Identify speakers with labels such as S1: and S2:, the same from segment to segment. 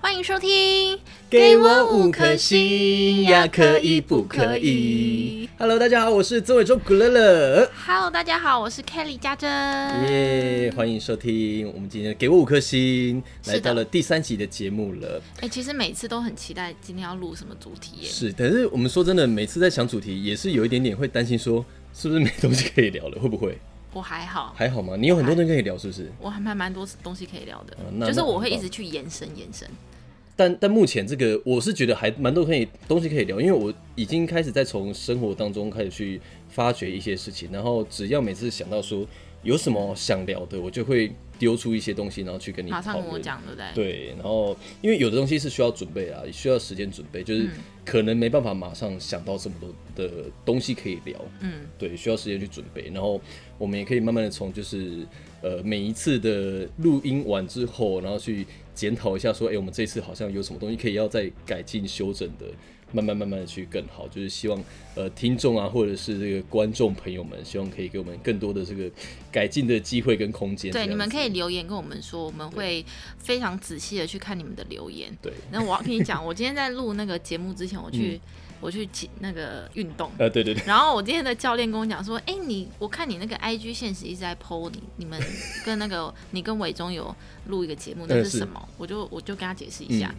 S1: 欢迎收听，
S2: 给我五颗星呀，可以不可以？Hello，大家好，我是曾伟忠古乐乐，
S1: ？Hello，大家好，我是 Kelly 家珍。
S2: 嗯耶、欢迎收听我们今天的给我五颗星，
S1: 是的
S2: 来到了第三集的节目了。
S1: 哎、其实每次都很期待今天要录什么主题耶。
S2: 是，但是我们说真的，每次在想主题，也是有一点点会担心说，是不是没东西可以聊了？会不会
S1: 我还好，
S2: 还好吗？你有很多东西可以聊，是不是？
S1: 我还蛮蛮多东西可以聊的，
S2: 呃那
S1: 就是
S2: 那
S1: 我
S2: 很
S1: 会一
S2: 棒
S1: 直去延伸延伸。
S2: 但但目前这个，我是觉得还蛮多可以东西可以聊，因为我已经开始在从生活当中开始去发掘一些事情，然后只要每次想到说有什么想聊的，我就会丢出一些东西，然后去跟你
S1: 马上
S2: 讨
S1: 跟我
S2: 论。
S1: 讲，对不对？
S2: 对，然后因为有的东西是需要准备啊，需要时间准备，
S1: 嗯
S2: 就是可能没办法马上想到这么多的东西可以聊，
S1: 嗯，
S2: 对，需要时间去准备。然后我们也可以慢慢的从就是呃每一次的录音完之后，然后去检讨一下说，哎、我们这次好像有什么东西可以要再改进修正的，慢慢慢慢的去更好。就是希望呃听众啊，或者是这个观众朋友们，希望可以给我们更多的这个改进的机会跟空间。这
S1: 对，
S2: 样
S1: 你们可以
S2: 子
S1: 留言跟我们说，我们会非常仔细的去看你们的留言。
S2: 对，
S1: 那我要跟你讲，我今天在录那个节目之前，我去、我去骑那个运动，
S2: 嗯呃，对对对。
S1: 然后我今天的教练跟我讲说，哎、你我看你那个 IG 现实一直在 PO 你，你们跟那个你跟伟忠有录一个节目，那
S2: 呃
S1: 是
S2: 是
S1: 什么？我就我就跟他解释一下。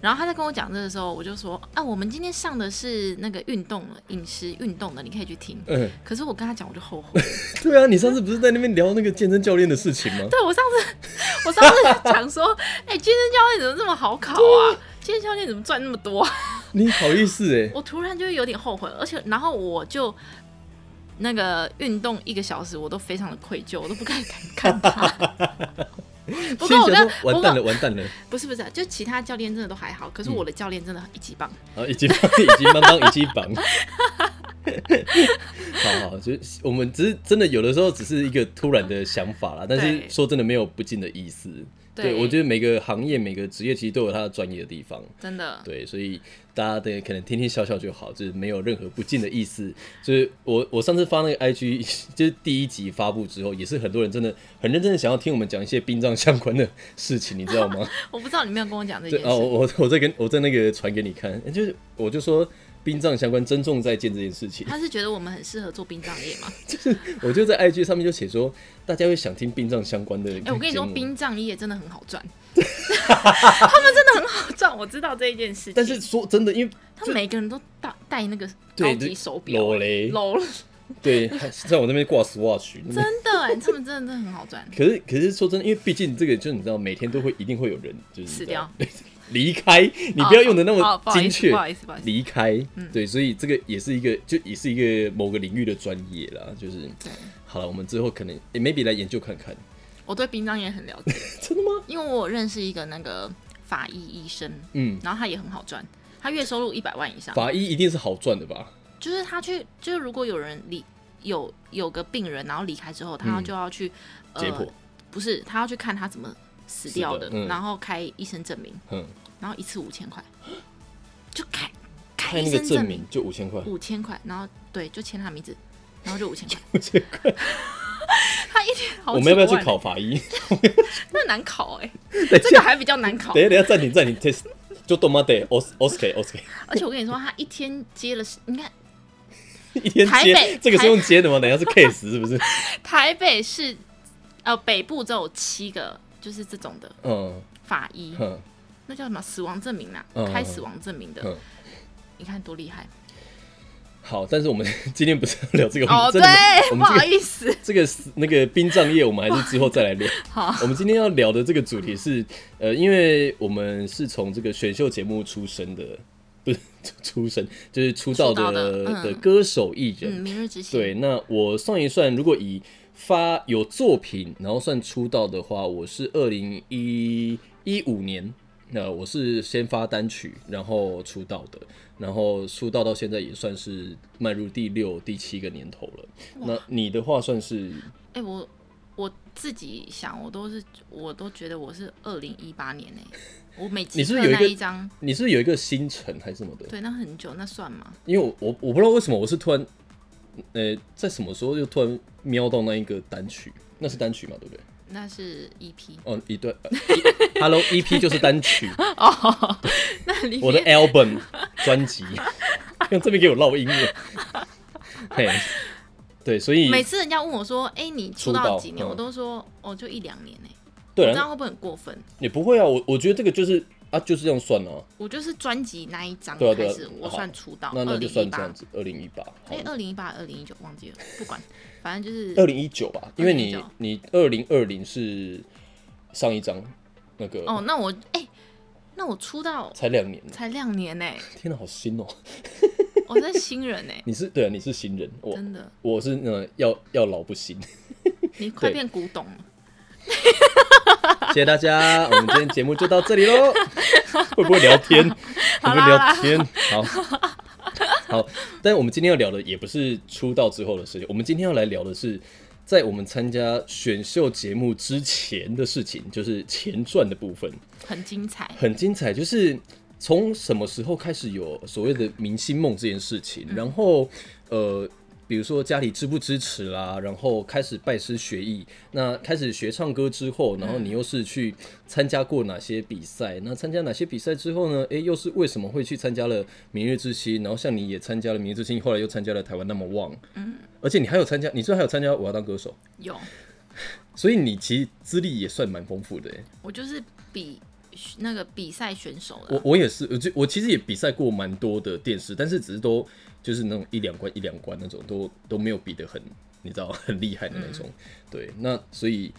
S1: 然后他在跟我讲这个时候，我就说啊，我们今天上的是那个运动了，饮食运动的，你可以去听。
S2: 嗯，
S1: 可是我跟他讲，我就后悔。
S2: 对啊，你上次不是在那边聊那个健身教练的事情吗？
S1: 对我上次我上次讲说，哎、健身教练怎么这么好考啊？健身教练怎么赚那么多、啊？
S2: 你好意思哎、
S1: 我突然就有点后悔，而且然后我就那个运动一个小时，我都非常的愧疚，我都不敢敢看 他。不
S2: 心
S1: 过我
S2: 想
S1: 跟
S2: 说
S1: 不
S2: 完蛋了，嗯
S1: 过
S2: 完蛋了，
S1: 不是不是，就其他教练真的都还好，可是我的教练真的一级棒。
S2: 啊，已经已经帮 当已经绑。 好好，就是我们只是真的有的时候只是一个突然的想法啦，但
S1: 对
S2: 是说真的没有不敬的意思。
S1: 对
S2: 我觉得每个行业每个职业其实都有它的专业的地方。
S1: 真的，
S2: 对，所以大家的可能听听笑笑就好，就是没有任何不敬的意思。就是我我上次发那个 IG，就是 第一集发布之后，也是很多人真的很认真的想要听我们讲一些殡葬相关的事情，你知道吗？
S1: 我不知道你没有跟我讲这件
S2: 对
S1: 事，
S2: 哦，我我我在跟我在那个传给你看，诶就是我就说殡葬相关珍重再见这件事情，
S1: 他是觉得我们很适合做殡葬业嘛？
S2: 我就在 IG 上面就写说，大家会想听殡葬相关的。哎
S1: 哎、我跟你说，殡葬业真的很好 赚，他们真的很好赚，我知道这一件事情。
S2: 但是说真的，因为
S1: 他们每个人都戴戴那个高
S2: 对
S1: 级
S2: 对
S1: 手表，
S2: 裸雷
S1: 搂
S2: 对，还在我那边挂 Swatch，那边
S1: 真的哎，他们真的真的很好赚。
S2: 可是可是说真的，因为毕竟这个就是你知道，每天都会一定会有人就是
S1: 死掉，
S2: 你知道离开，你不要用的那
S1: 哦哦
S2: 么
S1: 不好意
S2: 精
S1: 思
S2: 确
S1: 不好意思不好意，思嗯
S2: 离开，对，所以这个也是一个就也是一个某个领域的专业啦，就是
S1: 对，
S2: 好了，我们之后可能、诶 maybe 来研究看看，
S1: 我对殡葬业很了 解，
S2: 真的吗？
S1: 因为我有认识一个那个法医医生，
S2: 嗯，
S1: 然后他也很好赚，他月收入一百万以上，
S2: 法医一定是好赚的吧？
S1: 就是他去，就是如果有人离有有个病人，然后离开之后，他
S2: 嗯
S1: 就要去、
S2: 解剖
S1: 呃，，不是，他要去看他怎么死掉的，
S2: 死的嗯
S1: 然后开医生证明，
S2: 嗯，
S1: 然后一次五千块，就开开
S2: 看
S1: 医
S2: 那个
S1: 生
S2: 证
S1: 证
S2: 明就五千块，
S1: 五千块，然后对，就签他名字，然后就五千 块，
S2: 五千块，
S1: 他一天好
S2: 我们要不要
S1: 几
S2: 去
S1: 万
S2: 考？法医？
S1: 那难考哎、
S2: 等一
S1: 这个
S2: 下，
S1: 还比较难考
S2: 等。一下，等一下，暂停，暂停，test，就多么得 o s o s k o s k
S1: 而且我跟你说，他一天接了十，你看
S2: 一天
S1: 台北
S2: 接，这个是用接的吗？等一下是 case 是不是？
S1: 台北市，呃，北部只有七个，就是这种的
S2: 嗯
S1: 法医，
S2: 哼，
S1: 那叫什么死亡证明啦、
S2: 嗯
S1: 开死亡证明的，
S2: 嗯
S1: 你看多厉害
S2: 好，但是我们今天不是要聊这个，我
S1: 哦！
S2: 们
S1: 对
S2: 哎真的没，我
S1: 不
S2: 们
S1: 好
S2: 这个
S1: 意思，
S2: 这个是那个殡葬业，我们还是之后再来 聊。
S1: 好，
S2: 我们今天要聊的这个主题是，呃，因为我们是从这个选秀节目出身的，不是出身，就是出道
S1: 出道
S2: 的
S1: 的嗯
S2: 的歌手艺人。
S1: 嗯，明日之星，
S2: 对，那我算一算，如果以发有作品，然后算出道的话，我是二零一一五年，那我是先发单曲，然后出道的，然后出道到现在也算是迈入第六、第七个年头了。那你的话算是
S1: 哎、我我自己想，我都是我都觉得我是二零一八年呢、我每集
S2: 你是不
S1: 刻
S2: 是有一
S1: 那
S2: 个
S1: 一张，
S2: 你是不是有一个星辰还是什么的？
S1: 对，那很久，那算吗？
S2: 因为我我我不知道为什么我是突然，呃，在什么时候就突然瞄到那一个单曲，那是单曲嘛，对不对？
S1: 那是 E EP
S2: 哦，一段、呃、一 ，Hello EP 就是单曲，
S1: 哦， 那里
S2: 我的
S1: 面
S2: album 专辑， 用这边给我烙音 乐，嘿，对，所以
S1: 每次人家问我说：“哎、你出
S2: 出
S1: 道
S2: 道
S1: 几年？”
S2: 嗯
S1: 我都说：“哦，就一两年呢、
S2: 对
S1: 我这样
S2: 啊，
S1: 会不会很过分？
S2: 也不会啊，我我觉得这个就是啊，就是这样算啊，
S1: 我就是专辑那一张
S2: 对啊对啊
S1: 开始，我算出道，
S2: 那
S1: 二
S2: 那
S1: 零
S2: 就
S1: 一
S2: 算这样
S1: 八，
S2: 子，二零一八，好
S1: 哎，，二零一八、二零一九忘记了，不管， 反正就是
S2: 二零一九吧，因为你
S1: 2019
S2: 你二零二零是上一张那个，
S1: 哦，那我哎、那我出道
S2: 才两年，
S1: 才两年呢、
S2: 天哪，好新哦、
S1: 我是新人呢、
S2: 你是对啊，你是新人， 我
S1: 真的，
S2: 我是呃要要老不新。
S1: 你快
S2: 对
S1: 变古董了。
S2: 谢谢大家，我们今天节目就到这 里喽。会不会聊天？会
S1: 好
S2: 不
S1: 啦
S2: 会聊天？好。好，但我们今天要聊的也不是出道之后的事情，我们今天要来聊的是在我们参加选秀节目之前的事情，就是前传的部分，
S1: 很精彩，
S2: 很精彩。就是从什么时候开始有所谓的明星梦这件事情，然后呃，比如说家里支不支持啦，然后开始拜师学艺，那开始学唱歌之后，然后你又是去参加过哪些比赛？那参加哪些比赛之后呢？诶，又是为什么会去参加了《明日之星》？然后像你也参加了《明日之星》，后来又参加了《台湾那么旺》，嗯，而且你还有参加，你是不是还有参加《我要当歌手》？
S1: 有
S2: 所以你其实资历也算蛮丰富的、诶欸
S1: 我就是比那个比赛选手
S2: 我
S1: 了，
S2: 我也是，我就我其实也比赛过蛮多的电视，但是只是都就是那种一两关一两关那种，都都没有比得很，你知道很厉害的那种。
S1: 嗯
S2: 对，那所以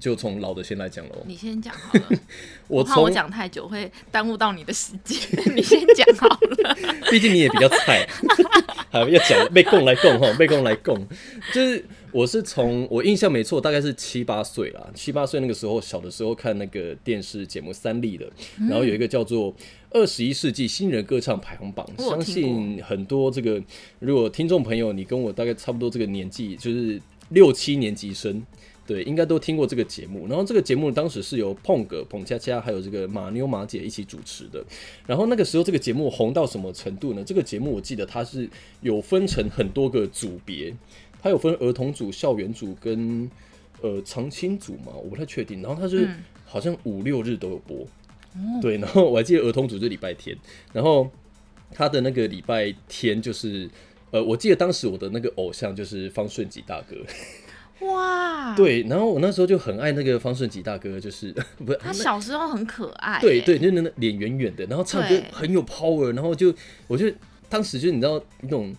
S2: 就从老的先来讲喽。
S1: 你先讲好了，
S2: 我
S1: 怕我
S2: 从
S1: 讲太久会耽误到你的时间， 你先讲好了。
S2: 毕竟你也比较菜， 好要讲被供来供哈，被供来供，就是我是从我印象没错，大概是七八岁啦，七八岁那个时候，小的时候看那个电视节目三立的，然后有一个叫做《二十一世纪新人歌唱排行榜》，
S1: 我有
S2: 相信很多这个如果听众朋友你跟我大概差不多这个年纪，就是六七年级生。对，应该都听过这个节目。然后这个节目当时是由碰哥、彭恰恰还有这个马妞马姐一起主持的。然后那个时候这个节目红到什么程度呢？这个节目我记得它是有分成很多个组别，它有分儿童组、校园组跟呃常青组嘛，我不太确定。然后它是
S1: 嗯哦
S2: 好像五六日都有播，对。然后我还记得儿童组是礼拜天，然后他的那个礼拜天就是。呃，我记得当时我的那个偶像就是方顺吉大哥，
S1: 啊哇，，
S2: 对，然后我那时候就很爱那个方顺吉大哥，就是 不是
S1: 他
S2: 那
S1: 小时候很可爱、
S2: 对
S1: 哎
S2: 对，，就是那脸圆圆的，然后唱歌
S1: 对
S2: 很有 power，然后就我就当时就你知道那种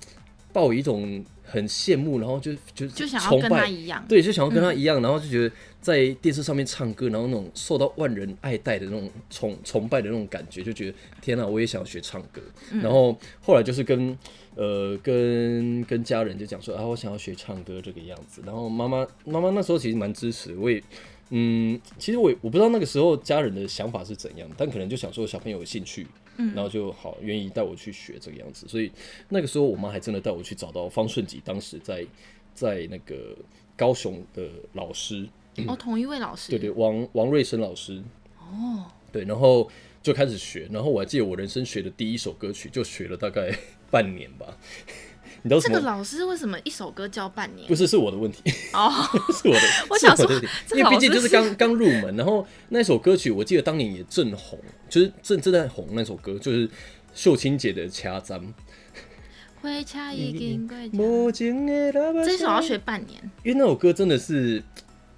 S2: 抱有一种很羡慕，然后就就
S1: 就
S2: 就
S1: 想要
S2: 崇
S1: 跟他
S2: 拜，
S1: 一样，嗯
S2: 对，就想要跟他一样，然后就觉得在电视上面唱歌，然后那种受到万人爱戴的那种崇崇拜的那种感觉，就觉得天哪、我也想要学唱歌。
S1: 嗯
S2: 然后后来就是跟呃跟跟家人就讲说啊，我想要学唱歌这个样子。然后妈妈妈妈那时候其实蛮支持，我也嗯，其实我也我不知道那个时候家人的想法是怎样，但可能就想说小朋友有兴趣，然后就好愿意带我去学这个样子。所以那个时候我妈还真的带我去找到方顺吉，当时在在那个高雄的老师，
S1: 哦，同一位老师，
S2: 对对，王王瑞生老师，
S1: 哦，
S2: 对，然后就开始学，然后我还记得我人生学的第一首歌曲，就学了大概半年吧。 你知道什
S1: 这
S2: 么？
S1: 个老师为什么一首歌教半年
S2: 不？是，是我的问题，
S1: 哦，
S2: 是我的，
S1: 我
S2: 是
S1: 想说
S2: 的问题，
S1: 这
S2: 因为
S1: 老
S2: 毕竟
S1: 师
S2: 就是
S1: 是
S2: 刚刚入门，然后那首歌曲我记得当年也正红，就是正正在红那首歌，就是秀清姐的《掐簪》。
S1: 会差一点贵家这
S2: 这
S1: 首要学半年，
S2: 因为那首歌真的是，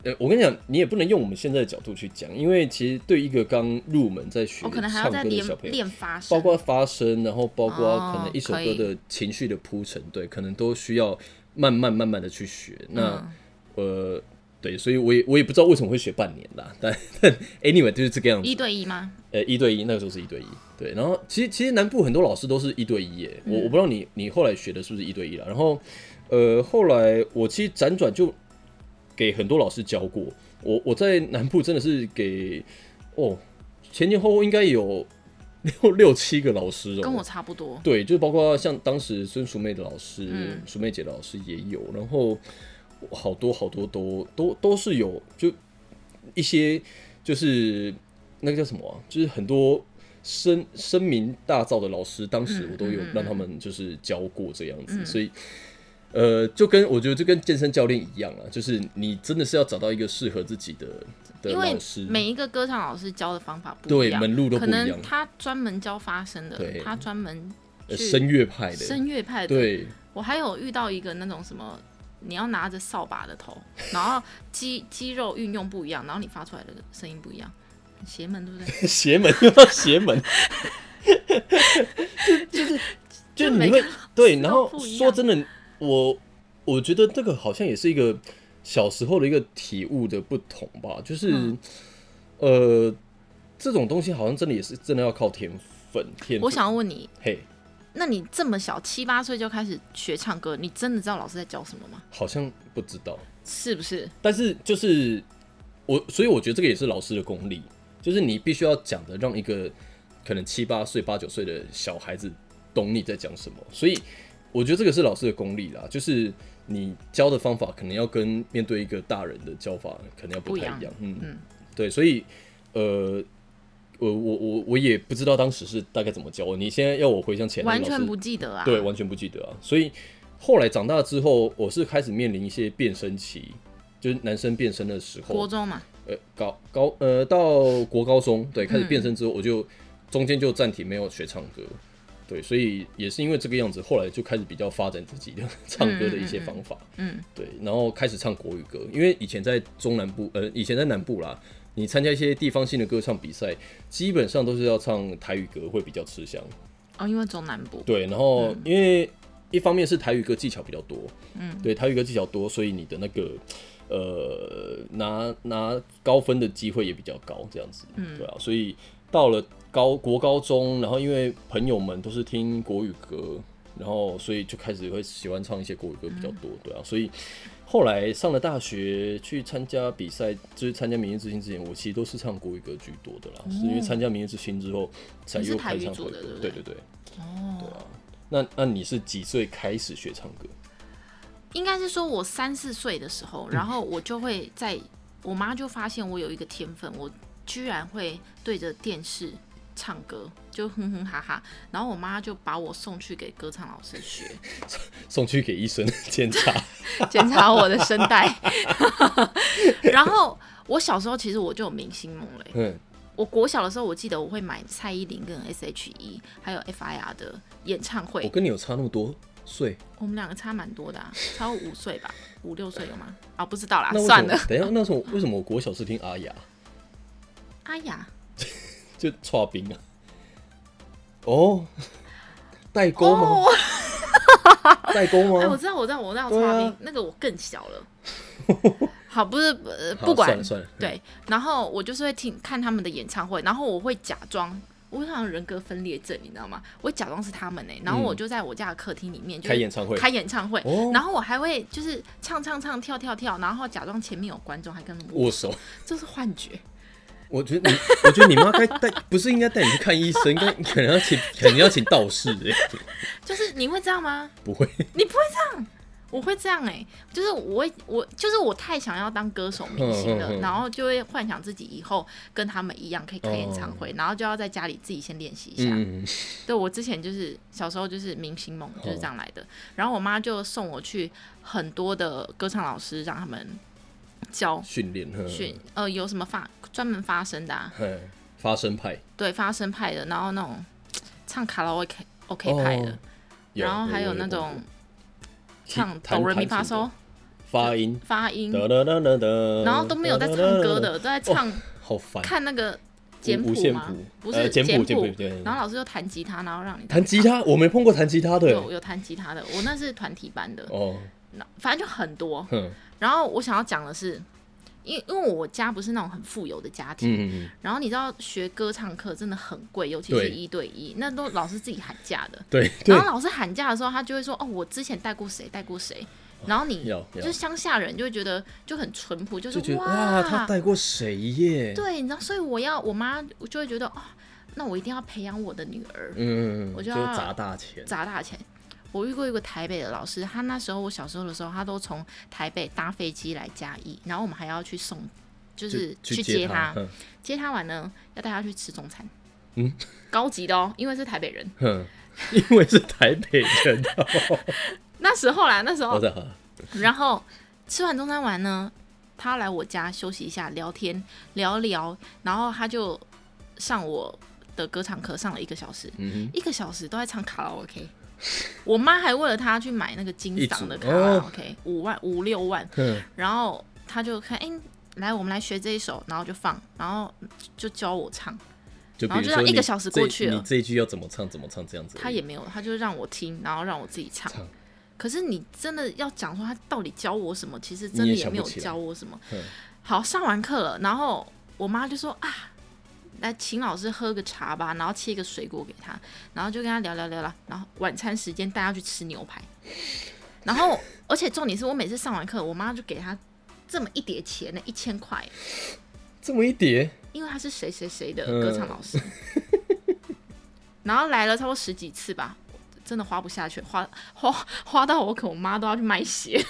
S2: 呃，我跟你讲，你也不能用我们现在的角度去讲，因为其实对一个刚入门在学
S1: 我、可能还要
S2: 唱
S1: 再
S2: 歌的
S1: 练
S2: 小朋友，
S1: 练发声，
S2: 包括发声，然后包括
S1: 哦
S2: 可能一首
S1: 可
S2: 歌
S1: 以
S2: 的情绪的铺陈，对，可能都需要慢慢慢慢的去学。
S1: 嗯
S2: 那、呃，对，所以我也我也不知道为什么会学半年啦，但但 anyway 就是这个样子。
S1: 一对一吗？
S2: 呃，一对一那个时候是一对一，对。然后其实其实南部很多老师都是一对一耶，我我不知道你你后来学的是不是一对一了。然后呃，后来我其实辗转就给很多老师教过，我我在南部真的是给哦前前后后应该有六六七个老师哦，
S1: 跟我差不多，
S2: 对，就包括像当时孙淑妹的老师、
S1: 嗯
S2: 淑妹姐的老师也有，然后。好多好多都都都是有，就一些就是那个叫什么、啊，就是很多声声名大噪的老师，当
S1: 嗯
S2: 时我都有让他们就是教过这样子，所以呃，就跟我觉得就跟健身教练一样啊，就是你真的是要找到一个适合自己的的
S1: 因为
S2: 老师，
S1: 每一个歌唱老师教的方法不一
S2: 对
S1: 样，
S2: 门路都不
S1: 可
S2: 一样
S1: 能，他专门教发声的
S2: 对，
S1: 他专门
S2: 呃
S1: 去
S2: 声乐派的，
S1: 声乐派的。
S2: 对
S1: 我还有遇到一个那种什么，你要拿着扫把的头， 然后肌肌肉运用不一样，然后你发出来的声音不一样，很邪门对不 对？
S2: 邪门又到 邪门， 就就是就
S1: 每
S2: 你
S1: 个
S2: 会对，
S1: 都
S2: 然后
S1: 不一
S2: 说
S1: 样
S2: 真的，我我觉得这个好像也是一个小时候的一个体悟的不同吧，就是、
S1: 嗯
S2: 呃，这种东西好像真的也是真的要靠天分，天分。
S1: 我想要问你，
S2: 嘿，
S1: 那你这么小七八岁就开始学唱歌，你真的知道老师在教什么吗？
S2: 好像不知道，
S1: 是不是？
S2: 但是就是我，所以我觉得这个也是老师的功力，就是你必须要讲的让一个可能七八岁、八九岁的小孩子懂你在讲什么。所以我觉得这个是老师的功力啦，就是你教的方法可能要跟面对一个大人的教法可能要
S1: 不
S2: 不太一
S1: 一
S2: 样
S1: 样。
S2: 嗯，
S1: 嗯
S2: 对，所以呃。我我我我也不知道当时是大概怎么教，你现在要我回想起来，
S1: 完
S2: 老
S1: 全
S2: 师
S1: 不记得啊。
S2: 对，完全不记得啊。所以后来长大之后，我是开始面临一些变声期，就是男生变声的时
S1: 国
S2: 候，
S1: 中嘛，
S2: 呃，高高呃到国高中，对，开始
S1: 嗯
S2: 变声之后，我就中间就暂停没有学唱歌，对，所以也是因为这个样子，后来就开始比较发展自己的唱歌的一些方法，
S1: 嗯，
S2: 对，然后开始唱国语歌，因为以前在中南部，呃，以前在南部啦。你参加一些地方性的歌唱比赛，基本上都是要唱台语歌会比较吃香。
S1: 哦，因为中南部，
S2: 对，然后因为一方面是台语歌技巧比较多，嗯，对，台语歌技巧多，所以你的那个呃拿拿高分的机会也比较高，这样子，嗯，对啊，所以到了高国高中，然后因为朋友们都是听国语歌，然后所以就开始会喜欢唱一些国语歌比较多，
S1: 嗯
S2: 对啊，所以。后来上了大学去参加比赛，就是参加明日之星之前，我其实都是唱国语歌居多的啦，是因为参加明日之星之后才
S1: 哦你是
S2: 又
S1: 台
S2: 开
S1: 语
S2: 唱
S1: 组
S2: 国语
S1: 的
S2: 歌
S1: 对不对
S2: 对对对。啊
S1: 哦，
S2: 那那你是几岁开始学唱歌？
S1: 应该是说我三四岁的时候，
S2: 嗯
S1: 然后我就会在我妈就发现我有一个天分，我居然会对着电视唱歌，就哼哼哈哈，然后我妈就把我送去给歌唱老师学，
S2: 送去给医生 检查。
S1: 检查我的声带， 然后。我小时候其实我就有明星梦嘞、
S2: 嗯，
S1: 我国小的时候，我记得我会买蔡依林跟 S.H.E 还有 F.I.R 的演唱会
S2: 我，跟你有差那么多岁，
S1: 我们两个差蛮多的、啊，差五岁吧，五六岁有吗？啊，不知道啦
S2: 那，为什
S1: 算
S2: 么
S1: 了。？
S2: 等一下，那时候为什么我国小是听阿雅
S1: 阿雅，
S2: 就串冰啊？哦，代沟
S1: 哦
S2: 吗？代沟
S1: 哎，我
S2: 吗？
S1: 知道，我知道，我知道，
S2: 哦对啊
S1: 差评那个我更小了。 好，不是，呃、
S2: 好
S1: 不
S2: 算
S1: 管
S2: 了算了。嗯
S1: 对，然后我就是会听看他们的演唱会，然后我会假装。我好像人格分裂症，你知道吗？我会假装是他们呢、欸然后我就在我家的客厅里面、就
S2: 开演唱会
S1: 开演唱会，
S2: 哦
S1: 然后我还会就是唱唱唱跳跳跳，然后假装前面有观众，还跟他们
S2: 握手，
S1: 这是幻觉。
S2: 我觉得你，我觉得你妈该带，不是应该带你去看医生，应该可能要请，可能要请道士、哎
S1: 就是你会这样吗？
S2: 不会，
S1: 你不会这样，我会这样哎、就是我会我就是我太想要当歌手明星了，
S2: 嗯嗯嗯
S1: 然后就会幻想自己以后跟他们一样可以开演唱会，然后就要在家里自己先练习一下。
S2: 哦嗯，
S1: 对我之前就是小时候就是明星梦
S2: 哦
S1: 就是这样来的，然后我妈就送我去很多的歌唱老师让他们教
S2: 训练，呵呵
S1: 训，呃，有什么发专门发声的、啊，
S2: 嘿发声派，
S1: 对发声派的，然后那种唱卡拉 OK OK 派的，
S2: 哦有
S1: 然后还有那种。唱哆瑞咪发嗦，
S2: 发音，
S1: 发音，
S2: 哒哒哒哒哒
S1: 然后都没有在唱歌，的，都在唱、
S2: 好烦。
S1: 看那个简
S2: 哦无
S1: 谱
S2: 线
S1: 吗
S2: 谱？
S1: 不
S2: 呃
S1: 是
S2: 简谱
S1: 谱，
S2: 简谱对对对
S1: 然后老师就弹吉他，然后让你
S2: 弹吉他，我没碰过弹吉他的欸
S1: 有。有弹吉他的，我那是团体班的，
S2: 哦，
S1: 那反正就很多。
S2: 哼，
S1: 然后我想要讲的是，因因为我家不是那种很富有的家庭，
S2: 嗯，嗯嗯
S1: 然后你知道学歌唱课真的很贵，尤其
S2: 对
S1: 是一对一，那都老师自己喊价的。
S2: 对对
S1: 然后老师喊价的时候，他就会说：“哦，我之前带过谁，带过谁。”然后你
S2: 哦要要
S1: 就是乡下人就会觉得就很淳朴，就
S2: 就是觉得哇，他带过谁耶？
S1: 对，你知道，所以我要我妈我就会觉得哦，那我一定要培养我的女儿
S2: 嗯，嗯，嗯
S1: 我
S2: 就
S1: 就要
S2: 砸大钱，
S1: 砸大钱。我遇过一个台北的老师，他那时候我小时候的时候，他都从台北搭飞机来嘉义，然后我们还要去送，就是
S2: 去
S1: 接
S2: 他，
S1: 他，
S2: 哼
S1: 接他完呢，要带他去吃中餐，
S2: 嗯，
S1: 高级的哦，因为是台北人。
S2: 哼， 因为是台北人，
S1: 那时候啦，那时候
S2: 我在喝，
S1: 然后吃完中餐完呢，他来我家休息一下，聊天聊聊，然后他就上我的歌唱课，上了一个小时，
S2: 嗯
S1: 一个小时都在唱卡拉 OK。我妈还为了他去买那个金
S2: 一
S1: 嗓
S2: 组
S1: 的卡拉
S2: 哦
S1: OK，五、万五六万，
S2: 哼，哼，
S1: 然后他就看，哎、来我们来学这一首，然后就放，然后就教我唱，
S2: 就比
S1: 然后
S2: 如
S1: 就
S2: 说
S1: 让
S2: 你
S1: 一个小时过
S2: 这
S1: 去了
S2: 你这一句要怎么唱怎么唱这样子而已，
S1: 他也没有，他就让我听，然后让我自己唱。
S2: 唱
S1: 可是你真的要讲说他到底教我什么，其实真的
S2: 你也
S1: 也
S2: 想
S1: 没
S2: 不
S1: 有
S2: 起来
S1: 教我什么
S2: 嗯。
S1: 好，上完课了，然后我妈就说啊，来请老师喝个茶吧，然后切一个水果给他，然后就跟他聊聊聊聊，然后晚餐时间带他去吃牛排，然后而且重点是我每次上完课，我妈就给他这么一叠钱，那一千块，
S2: 这么一 叠，
S1: 因为他是谁谁谁的
S2: 嗯
S1: 歌唱老师， 然后来了差不多十几次吧，真的花不下去，花花花到我可我妈都要去卖血。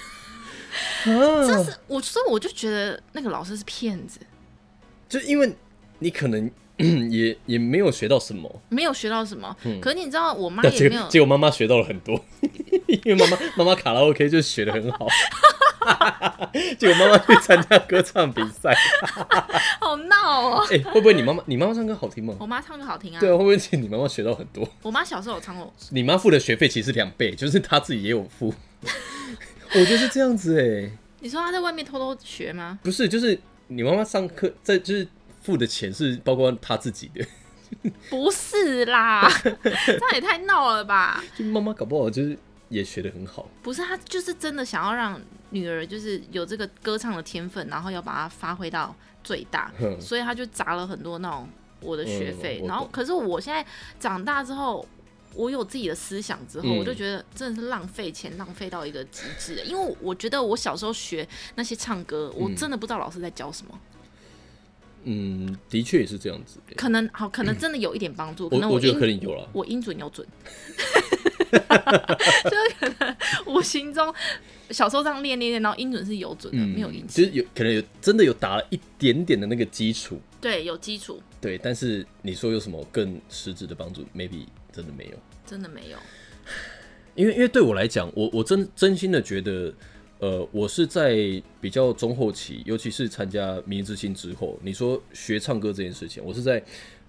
S2: 啊，
S1: 是我所以我就觉得那个老师是骗子，
S2: 就因为你可能 也也没有学到什么，
S1: 没有学到什么。可是你知道我妈
S2: 但
S1: 也
S2: 结
S1: 没有
S2: 果，结果妈妈学到了很多，因为妈妈妈妈卡拉 OK 就学的很 好，结果妈妈去参加歌唱比赛，
S1: 好闹哦。
S2: 哎、会不会你妈妈你妈妈唱歌好听吗
S1: 我？妈唱歌好听啊，
S2: 对啊，会不会其实你妈妈学到很多？
S1: 我妈小时候有唱过，
S2: 你妈付的学费其实两倍，就是她自己也有付。 我觉得是这样子哎、
S1: 你说她在外面偷偷学吗？
S2: 不是，就是你妈妈上课在就是付的钱是包括她自己的，
S1: 不是啦，这样也太闹了吧？
S2: 就妈妈搞不好就是也学的很好，
S1: 不是，她就是真的想要让女儿就是有这个歌唱的天分，然后要把它发挥到最大，
S2: 哼
S1: 所以她就砸了很多那种我的学费
S2: 嗯。我
S1: 然后
S2: 懂
S1: 可是我现在长大之后。我有自己的思想之后，
S2: 嗯
S1: 我就觉得真的是浪费钱，浪费到一个极致。因为我觉得我小时候学那些唱歌，我真的不知道老师在教什么，
S2: 嗯，的确也是这样子欸、
S1: 可能好，可能真的有一点帮助。可能
S2: 我我觉得
S1: 音
S2: 可能有了，
S1: 我音准有准， 就是可能我心中小时候这样练练练，然后音准是有准的，没有音
S2: 嗯就
S1: 准，
S2: 是有可能有真的有打了一点点的那个基础，
S1: 对，有基础，
S2: 对，但是你说有什么更实质的帮助？maybe 真的没有，
S1: 真的没有。
S2: 因为因为对我来讲，我我真真心的觉得，呃，我是在比较中后期，尤其是参加明日之星之后，你说学唱歌这件事情，我是在。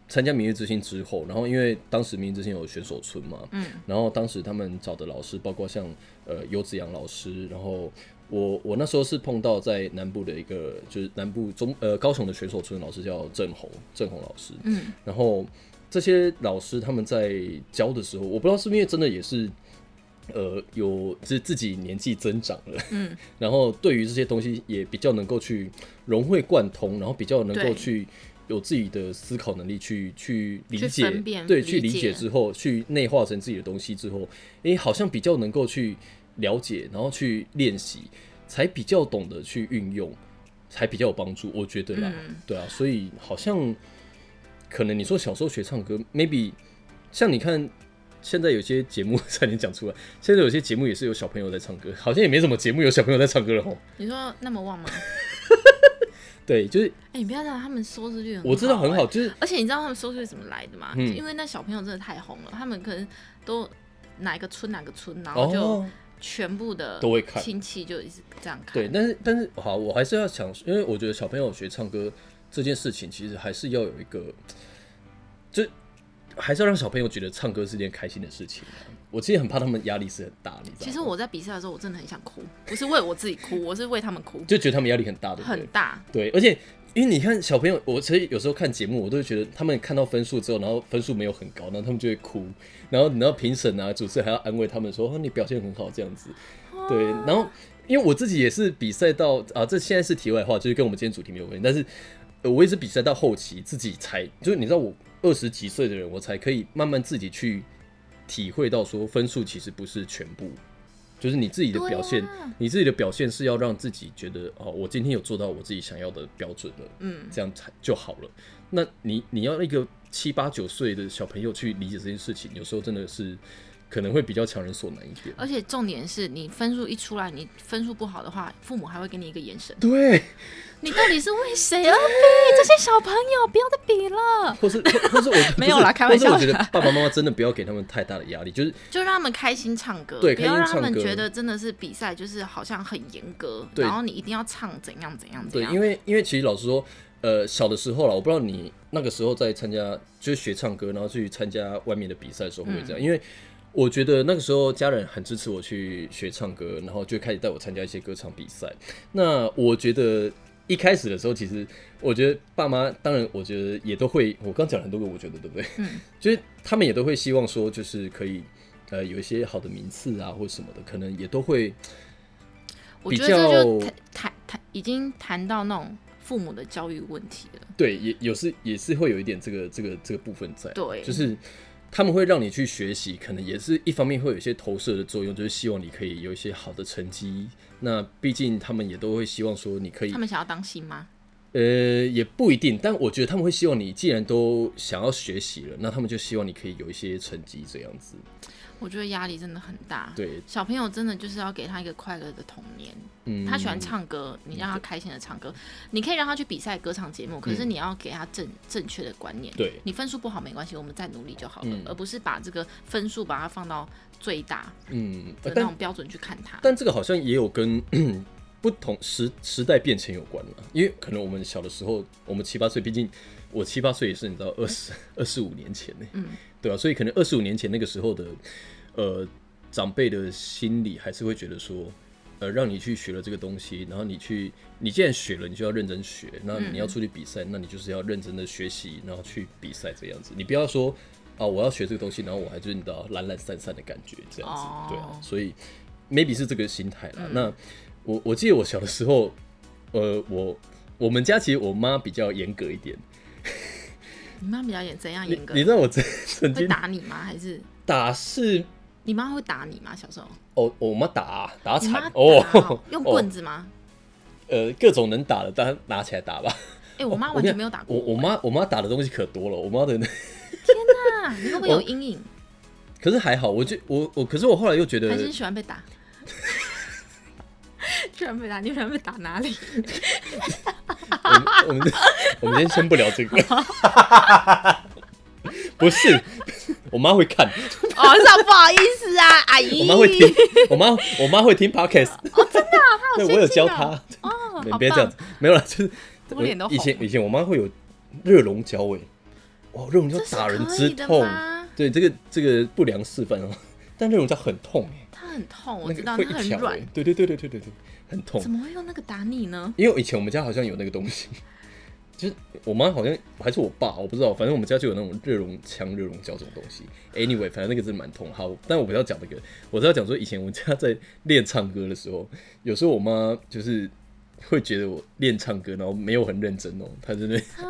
S2: 参加明日之星之后，然后因为当时明日之星有选手村嘛，
S1: 嗯，
S2: 然后当时他们找的老师包括像呃游子阳老师，然后我我那时候是碰到在南部的一个就是南部中呃高雄的选手村老师叫郑红郑红老师，
S1: 嗯，
S2: 然后这些老师他们在教的时候，我不知道是不是因为真的也是。呃，有自自己年纪增长了，
S1: 嗯，
S2: 然后对于这些东西也比较能够去融会贯通，然后比较能够
S1: 对
S2: 去有自己的思考能力去去理
S1: 去
S2: 解
S1: 分，辨
S2: 对，
S1: 理
S2: 去理
S1: 解
S2: 解之后，去内化成自己的东西之后，诶、好像比较能够去了解，然后去练习，才比较懂得去运用，才比较有帮助，我觉得啦，
S1: 嗯
S2: 对啊，所以好像可能你说小时候学唱歌，maybe 像你看。现在有些节目 差点讲出来，现在有些节目也是有小朋友在唱歌，好像也没什么节目有小朋友在唱歌了吼。
S1: 你说那么旺吗？
S2: 对，就是
S1: 哎、你不要讲他们收视率很好、
S2: 我知道很好，
S1: 哎。
S2: 就是
S1: 而且你知道他们收视率怎么来的吗？
S2: 嗯
S1: 就因为那小朋友真的太红了，他们可能都哪个村哪个村，然后就
S2: 哦，
S1: 全部的
S2: 都会看
S1: 亲戚就一直这样看。
S2: 对，但是但是好，我还是要想，因为我觉得小朋友学唱歌这件事情，其实还是要有一个，就还是要让小朋友觉得唱歌是件开心的事情啊、我其实很怕他们压力是很大，你知道吗？
S1: 其实我在比赛的时候，我真的很想哭，不是为我自己哭，我是为他们哭，
S2: 就觉得他们压力很大，对不
S1: 很
S2: 对？
S1: 大。
S2: 对，而且因为你看小朋友，我其实有时候看节目，我都会觉得他们看到分数之后，然后分数没有很高，然后他们就会哭，然后你知道评审啊、主持人还要安慰他们说：“哦，你表现很好。”这样子，
S1: 哦
S2: 对，然后因为我自己也是比赛到啊，这现在是题外话，就是跟我们今天主题没有关系，但是呃我也是比赛到后期自己才，就是你知道我二十几岁的人，我才可以慢慢自己去体会到说分数其实不是全部。就是你自己的表现，
S1: 对啊
S2: 你自己的表现是要让自己觉得哦，我今天有做到我自己想要的标准了，
S1: 嗯，
S2: 这样才就好了。那你你要一个七八九岁的小朋友去理解这件事情，有时候真的是可能会比较强人所难一点。
S1: 而且重点是你分数一出来，你分数不好的话，父母还会给你一个眼神，
S2: 对，
S1: 你到底是为谁而比？这些小朋友不要再比了，
S2: 或是或或是我
S1: 没有啦
S2: 不是
S1: 开玩笑的
S2: 或是我觉得爸爸妈妈真的不要给他们太大的压力，就是
S1: 就让他们开心唱歌，
S2: 对
S1: 不要
S2: 开心
S1: 让他们
S2: 唱歌
S1: 觉得真的是比赛就是好像很严格，
S2: 对
S1: 然后你一定要唱怎样怎样怎
S2: 对，
S1: 样。
S2: 因为因为其实老实说，呃，小的时候啦，我不知道你那个时候在参加，就是学唱歌，然后去参加外面的比赛的时候会不会这样？因为我觉得那个时候家人很支持我去学唱歌，然后就开始带我参加一些歌唱比赛。那我觉得。一开始的时候，其实我觉得爸妈当然，我觉得也都会，我刚讲了很多个，我觉得对不 对？
S1: 嗯，
S2: 就是他们也都会希望说，就是可以呃有一些好的名次啊，或什么的，可能也都会
S1: 我
S2: 比
S1: 觉得这就
S2: 较
S1: 谈谈谈已经谈到那种父母的教育问题了。
S2: 对，也有是也是会有一点这个这个这个部分在，
S1: 对
S2: 就是他们会让你去学习，可能也是一方面会有一些投射的作用，就是希望你可以有一些好的成绩。那毕竟他们也都会希望说你可以
S1: 他，们想要当新妈，
S2: 呃，也不一定，但我觉得他们会希望你既然都想要学习了，那他们就希望你可以有一些成绩这样子。
S1: 我觉得压力真的很大。
S2: 对，
S1: 小朋友真的就是要给他一个快乐的童年。
S2: 嗯，
S1: 他喜欢，唱歌，你让他开心的唱歌，你可以让他去比赛歌唱节目，可是你要给他正正确的观念。
S2: 嗯对
S1: 你分数不好没关系，我们再努力就好了
S2: 嗯，
S1: 而不是把这个分数把它放到最大
S2: 嗯，呃
S1: 的那
S2: 但
S1: 种标准去看他。
S2: 但这个好像也有跟 不同时时代变迁有关了，因为可能我们小的时候，我们七八岁，毕竟我七八岁也是你知道二十二十五年前呢，
S1: 嗯，
S2: 对吧、啊所以可能二十五年前那个时候的呃长辈的心理还是会觉得说。呃，让你去学了这个东西，然后你去，你既然学了，你就要认真学。那
S1: 嗯
S2: 你要出去比赛，那你就是要认真的学习，然后去比赛这样子。你不要说啊，我要学这个东西，然后我还就是你知道懒懒散散的感觉这样子，
S1: 哦嗯
S2: 对啊。所以 maybe 是这个心态啦。那我我记得我小的时候，呃，我我们家其实我妈比较严格一点，
S1: 你妈比较严，怎样
S2: 你
S1: 严格
S2: 你？知道我曾曾
S1: 会
S2: 经
S1: 打你吗？还是
S2: 打是
S1: 你妈会打你吗？小时候，
S2: 哦，我妈打打
S1: 你妈
S2: 惨
S1: 打
S2: 哦
S1: 哦，用棍
S2: 哦
S1: 子吗？
S2: 呃各种能打的，大家拿起来打吧。
S1: 哎，我妈
S2: 哦我
S1: 完
S2: 跟
S1: 全
S2: 你
S1: 没有打过
S2: 我我
S1: 我。哎
S2: 妈我妈打的东西可多了，我妈的，
S1: 啊，你会不会有阴影？
S2: 可是还好，我就我我，可是我后来又觉得
S1: 还是你喜欢被打？ 居然被打，你喜欢被打哪 里？哦
S2: 我们我们我们先先不聊这个， 不是，我妈会看，
S1: 哦，上不好意思啊，阿姨。
S2: 我妈会听，我妈我妈会听 podcast，对我有
S1: 先进
S2: 教
S1: 哦
S2: 她，
S1: 哦，
S2: 对
S1: 好
S2: 别这样
S1: 棒
S2: 子，，没有啦， 就是
S1: 我脸都
S2: 以前
S1: 红了
S2: 以前我妈会有热熔胶哎，哇，热熔胶
S1: 这是
S2: 打人
S1: 可
S2: 之
S1: 以的
S2: 痛
S1: 吗，
S2: 对这个这个不良示范哦， 但热熔胶很痛哎，
S1: 它很痛，我
S2: 那
S1: 知道
S2: 个
S1: 它
S2: 会一
S1: 很
S2: 条
S1: 软
S2: 哎，，对对对对对对对，很痛
S1: 怎，么会用那个打你呢？
S2: 因为以前我们家好像有那个东西，就是我妈好像还是我爸，我不知道，反正我们家就有那种热熔枪、热熔胶这种东西。Anyway，反正那个真的蛮痛。好，但我不是要讲这个，我是要讲说以前我们家在练唱歌的时候，有时候我妈就是会觉得我练唱歌，然后没有很认真哦，她真的
S1: 啊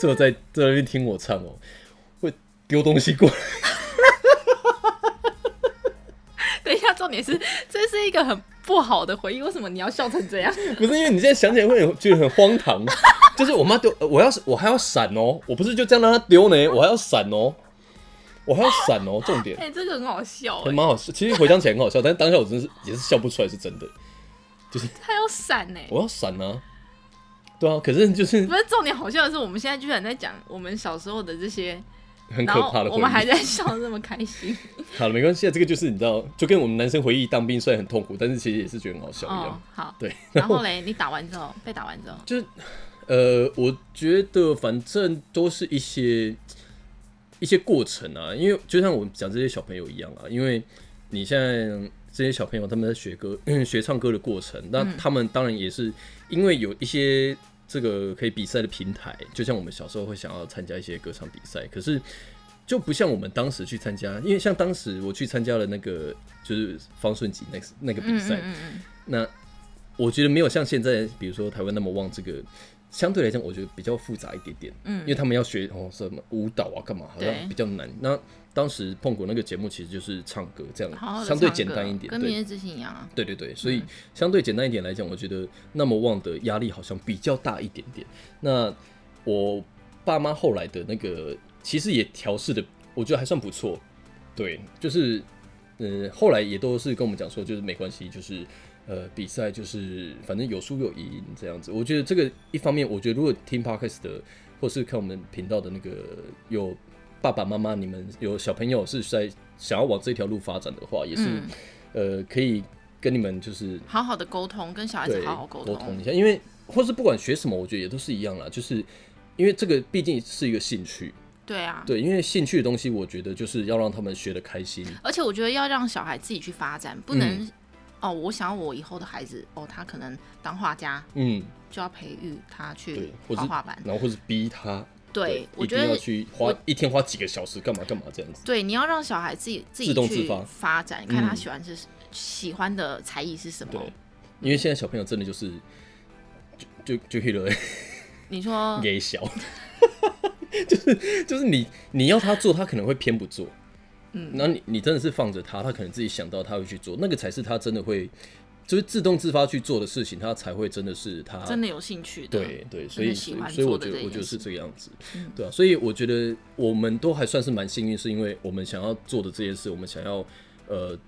S2: 坐在坐在那边听我唱哦，会丢东西过来。
S1: 等一下，重点是这是一个很不好的回忆，为什么你要笑成这样？
S2: 不是因为你现在想起来会很觉得很荒唐， 就是我妈丢，呃我要是我还要闪哦、我不是就这样让她丢呢，我还要闪哦、我还要闪哦、重点
S1: 哎、这个很好笑
S2: 还
S1: 哎、
S2: 蛮好笑，其实回想起来很好笑，但是当下我真是也是笑不出来，是真的，
S1: 它要闪哎、
S2: 我要闪啊，对啊，可是就是
S1: 不是重点，好笑的是我们现在居然在讲我们小时候的这些，
S2: 很
S1: 然
S2: 可
S1: 后
S2: 怕的
S1: 我
S2: 回
S1: 们还
S2: 忆。
S1: 在笑得这么开 心。
S2: 好了，没关系，啊，这个就是你知道，就跟我们男生回忆当兵虽然很痛苦，但是其实也是觉得很好笑一
S1: 哦
S2: 样，，
S1: 好。
S2: 对。
S1: 然后嘞，你打完之后被打完之 后，
S2: 就是呃，我觉得反正都是一些一些过程啊，因为就像我讲这些小朋友一样啊，因为你现在这些小朋友他们在学歌、 学唱歌的过程，那他们当然也是因为有一些这个可以比赛的平台，就像我们小时候会想要参加一些歌唱比赛，可是。就不像我们当时去参加，因为像当时我去参加了那个就是方顺吉那个那个比
S1: 嗯
S2: 赛，
S1: 嗯嗯嗯，
S2: 那我觉得没有像现在，比如说台湾那么旺这个，相对来讲，我觉得比较复杂一点点。
S1: 嗯
S2: 因为他们要学哦什么舞蹈啊，干嘛好
S1: 对
S2: 像比较难。那当时碰过那个节目，其实就是唱歌这样，
S1: 好好地
S2: 相
S1: 哦
S2: 对
S1: 唱
S2: 简
S1: 歌
S2: 单一点。
S1: 跟明
S2: 对
S1: 日之星一样啊。
S2: 对对对，所以相对简单一点来讲，我觉得那么旺的压力好像比较大一点点。那我爸妈后来的那个，其实也调试的，我觉得还算不错。对，就是呃，后来也都是跟我们讲说，就是没关系，就是呃，比赛就是反正有输有赢这样子。我觉得这个一方面，我觉得如果听 podcast 的，或是看我们频道的那个有爸爸妈妈，你们有小朋友是在想要往这条路发展的话，也是、
S1: 嗯，
S2: 呃，可以跟你们就是
S1: 好好的沟通，跟小孩
S2: 对
S1: 子好好沟
S2: 一下，因为或是不管学什么，我觉得也都是一样啦，就是因为这个毕竟是一个兴趣，
S1: 对啊，
S2: 对，因为兴趣的东西，我觉得就是要让他们学的开心，
S1: 而且我觉得要让小孩自己去发展，不能、
S2: 嗯
S1: 哦，我想要我以后的孩子哦，他可能当画家，
S2: 嗯，
S1: 就要培育他
S2: 对
S1: 去，
S2: 或是
S1: 画画板。
S2: 然后或是逼他，
S1: 对，我
S2: 一
S1: 觉
S2: 定要
S1: 得
S2: 去花一天花几个小时干嘛干嘛这样子，
S1: 对，你要让小孩自己自己
S2: 自动
S1: 去
S2: 自发
S1: 发展，看他
S2: 嗯
S1: 喜欢是、喜欢的才艺是什么
S2: 对。因为现在小朋友真的就是就就就去了
S1: 你说
S2: 给小， 就是就是你你要他做，他可能会偏不做。嗯，然后你你真的是放着他，他可能自己想到他会去做，那个才是他真的会，就是自动自发去做的事情，他才会真的是他
S1: 真的有兴趣的，
S2: 对对，所
S1: 真
S2: 以
S1: 的喜
S2: 所以
S1: 欢
S2: 所以
S1: 做
S2: 我
S1: 的
S2: 觉得
S1: 这
S2: 我
S1: 一
S2: 觉得
S1: 件
S2: 是
S1: 事。嗯
S2: 这个样子，对啊，所以我觉得我们都还算是蛮幸运，是因为我们想要做的这件事，我们想要呃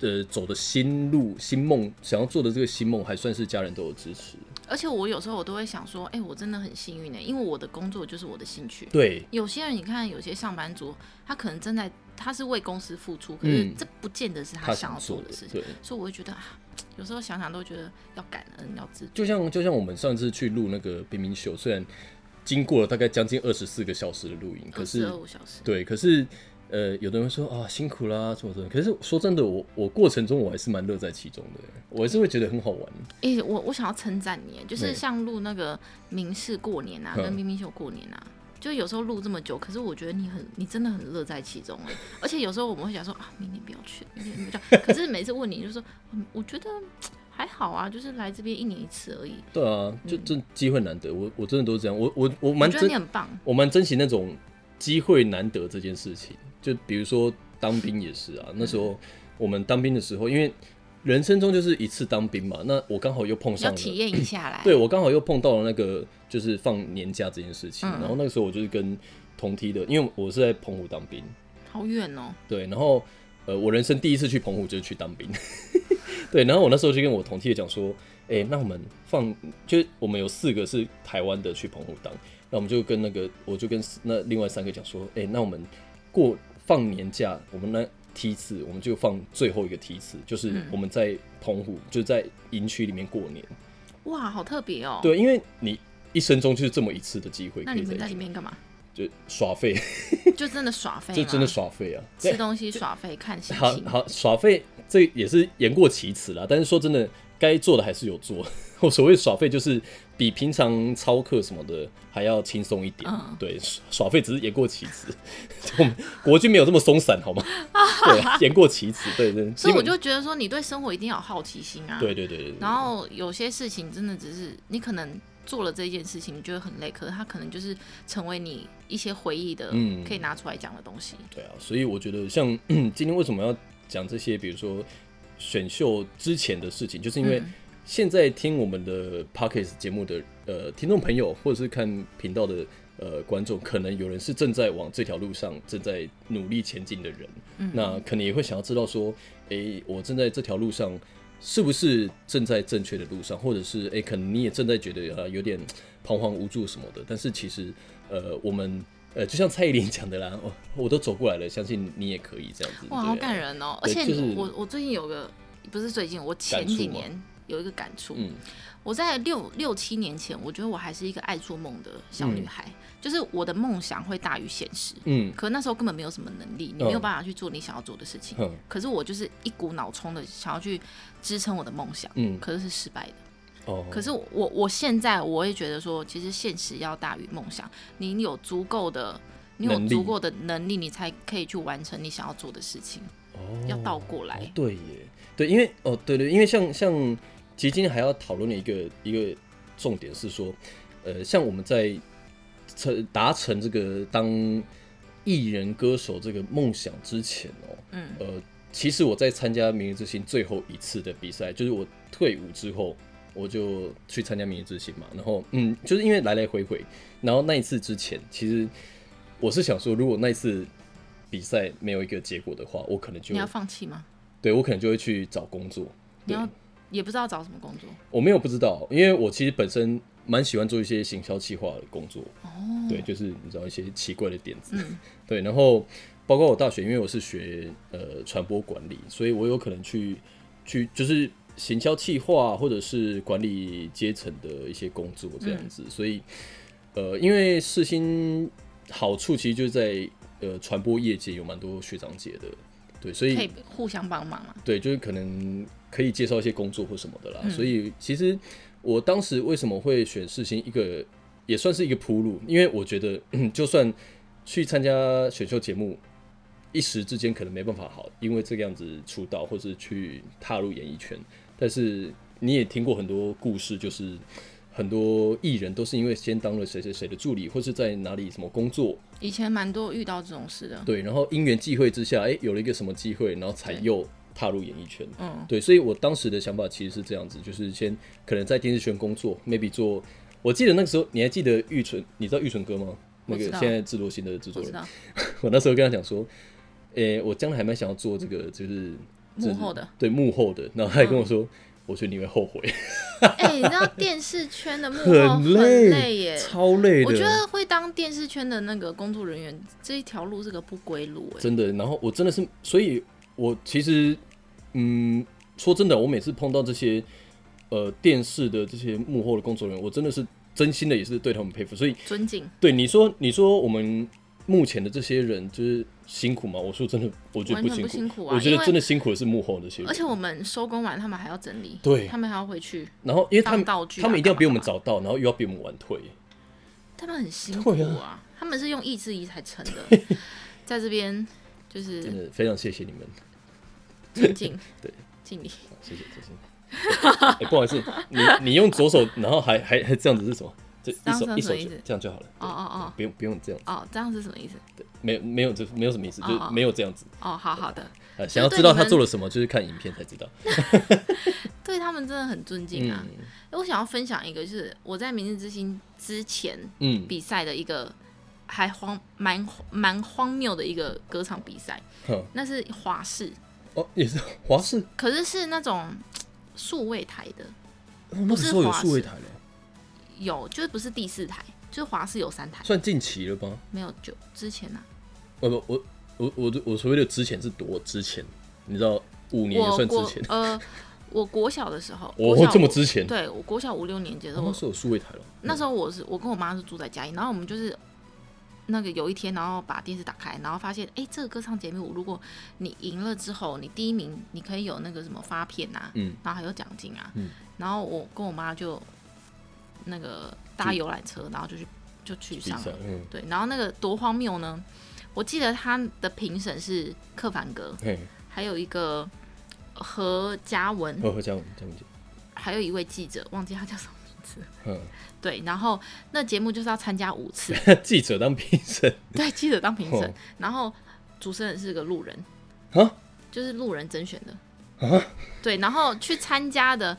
S2: 呃走的新路、新梦，想要做的这个新梦，还算是家人都有支持。
S1: 而且我有时候我都会想说，哎、我真的很幸运呢、欸因为我的工作就是我的兴趣。
S2: 对，
S1: 有些人你看，有些上班族，他可能正在他是为公司付出，可是
S2: 嗯
S1: 这不见得是
S2: 他
S1: 想要
S2: 做
S1: 的事情，
S2: 对。
S1: 所以我会觉得啊，有时候想想都觉得要感恩，要知足。
S2: 就像就像我们上次去录那个冰冰秀，虽然经过了大概将近二十四个小时的录影，可是
S1: 二五小时，
S2: 对，可是呃，有的人会说啊辛苦啦什么什么，可是说真的，我我过程中我还是蛮乐在其中的，我还是会觉得很好玩。
S1: 哎、我我想要称赞你，就是
S2: 对
S1: 像录那个明视过年啊，
S2: 嗯
S1: 跟冰冰秀过年啊。就有时候录这么久，可是我觉得你很，你真的很乐在其中哎。而且有时候我们会想说啊，明天不要去，明天不要去。可是每次问你，就说嗯我觉得还好啊，就是来这边一年一次而已。
S2: 对啊，就这机会难得，我我真的都是这样，我我我
S1: 嗯我
S2: 蛮
S1: 觉得
S2: 珍
S1: 你很棒，
S2: 我蛮珍惜那种机会难得这件事情。就比如说当兵也是
S1: 嗯
S2: 啊，那时候我们当兵的时候，因为人生中就是一次当兵嘛，那我刚好又碰上
S1: 要
S2: 了
S1: 体验一下来。
S2: 对我刚好又碰到了那个就是放年假这件事情，
S1: 嗯
S2: 然后那个时候我就是跟同梯的，因为我是在澎湖当兵，
S1: 好远哦，
S2: 对，然后呃我人生第一次去澎湖就是去当兵， 对，然后我那时候就跟我同梯的讲说，哎、那我们放就是我们有四个是台湾的去澎湖当，那我们就跟那个我就跟那另外三个讲说，哎、那我们过放年假，我们那梯次我们就放最后一个梯次，就是我们在澎湖就在营区里面过年。
S1: 哇，好特别哦。，
S2: 对，因为你一生中就是这么一次的机会，
S1: 那
S2: 可
S1: 你
S2: 以
S1: 们在
S2: 在
S1: 里面干 嘛？
S2: 就耍废，
S1: 就真的耍废吗？
S2: 就真的耍废啊！
S1: 吃
S2: 对
S1: 东西耍废，看心
S2: 好
S1: 情。
S2: 好耍废，这也是言过其词啦。但是说真的，该做的还是有做。 我所谓耍废，就是比平常操课什么的还要轻松一点。
S1: 嗯
S2: 对，耍耍废只是言过其词， 我们国军没有这么松散，好吗？对啊，言过其词，对对。
S1: 所以我
S2: 基本
S1: 就觉得说，你对生活一定要有好奇心啊。
S2: 对。对对对对
S1: 然后有些事情真的只是你可能做了这件事情，你觉得很累，可是它可能就是成为你一些回忆的，
S2: 嗯
S1: 可以拿出来讲的东西。
S2: 对啊，所以我觉得像 今天为什么要讲这些，比如说选秀之前的事情，就是因为
S1: 嗯
S2: 现在听我们的 podcast 节目的呃听众朋友，或者是看频道的呃观众，可能有人是正在往这条路上正在努力前进的人，
S1: 嗯
S2: 那可能也会想要知道说，诶、我正在这条路上。是不是正在正确的路上，或者是诶、可能你也正在觉得呃有点彷徨无助什么的，但是其实呃，我们呃，就像蔡依林讲的啦， 我我都走过来了，相信你也可以这样子。
S1: 哇，
S2: 对啊
S1: 好感。人哦！而
S2: 对
S1: 且
S2: 就
S1: 你
S2: 是
S1: 我我最近有个不是最近，我前
S2: 感触
S1: 几
S2: 吗
S1: 年有一个感触，
S2: 嗯
S1: 我在六六七年前，我觉得我还是一个爱做梦的小女孩，就是我的梦想会大于现实。
S2: 嗯
S1: 可那时候根本没有什么能力，你没有办法去做你想要做的事情。
S2: 哼
S1: 可是我就是一股脑冲的想要去支撑我的梦想，
S2: 嗯，
S1: 可是是失败的。
S2: 哦，
S1: 可是我我现在我会觉得说，其实现实要大于梦想，你有足够的。你有
S2: 能力
S1: 足够的能力，你才可以去完成你想要做的事情。
S2: 哦
S1: 要倒过来
S2: 哦对耶，对，因为哦，对对，因为像像，其实今天还要讨论的一个一个重点是说，呃，像我们在成达成这个当艺人歌手这个梦想之前哦，
S1: 嗯，
S2: 呃，其实我在参加《明日之星》最后一次的比赛，就是我退伍之后，我就去参加《明日之星》嘛。然后，嗯，就是因为来来回回，然后那一次之前，其实我是想说，如果那一次比赛没有一个结果的话，我可能就
S1: 你要放弃吗？
S2: 对我可能就会去找工作。
S1: 你
S2: 对，
S1: 要也不知道找什么工作
S2: 我没有不知道，因为我其实本身蛮喜欢做一些行销企划的工作，
S1: 哦。嗯
S2: 对，就是你知道一些奇怪的点子，对，然后包括我大学，因为我是学呃传播管理，所以我有可能去去就是行销企划或者是管理阶层的一些工作
S1: 嗯
S2: 这样子，所以呃，因为世新好处其实就是在呃传播业界有蛮多学长姐的，对，所
S1: 可
S2: 以
S1: 以互相帮忙嘛。
S2: 对，就是可能可以介绍一些工作或什么的啦。所以其实我当时为什么会选世新，一个也算是一个铺路，因为我觉得 就算去参加选秀节目，一时之间可能没办法好，因为这个样子出道或是去踏入演艺圈，但是你也听过很多故事，就是。很多艺人都是因为先当了谁谁谁的助理，或是在哪里什么工作，
S1: 以前蛮多遇到这种事的，
S2: 对，然后因缘际会之下，哎、有了一个什么机会，然后才
S1: 对
S2: 又踏入演艺圈。
S1: 嗯，
S2: 对，所以我当时的想法其实是这样子，就是先可能在电视圈工作，maybe 做。我记得那个时候，你还记得玉纯？你知道玉纯哥吗？那个
S1: 我知道
S2: 现在制作新的制
S1: 我
S2: 作
S1: 知
S2: 人，
S1: 道
S2: 我那时候跟他讲说，诶、我将来还蛮想要做这个，就是
S1: 幕后的。嗯
S2: 对幕后的。然后他还跟我说，我觉得你会后悔，
S1: 哎、你知道电视圈的幕后很
S2: 累，
S1: 耶。
S2: 超累的。
S1: 我觉得会当电视圈的那个工作人员这一条路是个不归路哎、
S2: 真的。然后我真的是，所以我其实，嗯，说真的，我每次碰到这些呃电视的这些幕后的工作人员，我真的是真心的也是对他们佩服。所以
S1: 尊敬，
S2: 对你说，你说我们目前的这些人就是辛苦吗？我说真的，我觉得
S1: 完
S2: 不
S1: 全不
S2: 辛苦。
S1: 辛苦啊。
S2: 我觉得
S1: 因为
S2: 真的辛苦的是幕后的这些人
S1: 而，且我们收工完，他们还要整理，
S2: 对
S1: 他们还要回去，
S2: 然后因为他们
S1: 当道具啊
S2: 他们一定要比我们
S1: 干
S2: 早到，然后又要比我们晚退。
S1: 他们很辛苦
S2: 对
S1: 啊。他们是用意志力才撑的，在这边就
S2: 真
S1: 是
S2: 的非常谢谢你们，
S1: 尊敬，
S2: 对，
S1: 敬礼。
S2: 好谢谢，谢谢。 哎、不好意思，你你用左手，然后还还还这样子是什么？这
S1: 这
S2: 一
S1: 样
S2: 手
S1: 算
S2: 一
S1: 什
S2: 手
S1: 么意
S2: 就
S1: 思
S2: 这样就好了。
S1: 哦哦
S2: 不用不用这样，
S1: 哦哦，这样是什么意思？
S2: 没有没有这没有什么意思，就
S1: 哦
S2: 是没有这样子。
S1: 哦，好好的，
S2: 呃，想要知道他做了什么，就是看影片才知道。
S1: 对他们真的很尊敬啊。
S2: 嗯
S1: 我想要分享一个，就是我在明日之星之前
S2: 嗯，
S1: 比赛的一个还荒蛮蛮荒谬的一个歌唱比赛
S2: 哼，
S1: 那是华视，
S2: 哦，也是华视，
S1: 可是是那种数位台的，
S2: 哦那个时候有数位台了，
S1: 有就是不是第四台，就是华视有三台，
S2: 算近期了吧？
S1: 没有就之前啊，
S2: 呃不，我我我我所谓的之前是多之前，你知道五年也
S1: 我
S2: 算之
S1: 国
S2: 前，
S1: 呃我国小的时候，国
S2: 哦
S1: 小
S2: 这么之前哦
S1: 对我国小五六年级的时
S2: 然
S1: 候
S2: 后，是有数位台了。
S1: 那时候我是我跟我妈是住在家里，然后我们就是那个有一天，然后把电视打开，然后发现，哎、这个歌唱节目，如果你赢了之后，你第一名，你可以有那个什么发片啊，
S2: 嗯，
S1: 然后还有奖金啊，
S2: 嗯，
S1: 然后我跟我妈就那个搭游览车，然后就去就去
S2: 比
S1: 上
S2: 赛
S1: 了，，
S2: 嗯，
S1: 对，然后那个多荒谬呢？我记得他的评审是克凡格，
S2: 嘿，
S1: 还有一个何嘉文，
S2: 哦，这样这样子，
S1: 还有一位记者，忘记他叫什么名字。
S2: 嗯，
S1: 对，然后那节目就是要参加五次，
S2: 记者当评审
S1: 对，记者当评审
S2: 哦，
S1: 然后主持人是个路人，
S2: 啊，
S1: 就是路人甄选的对，然后去参加的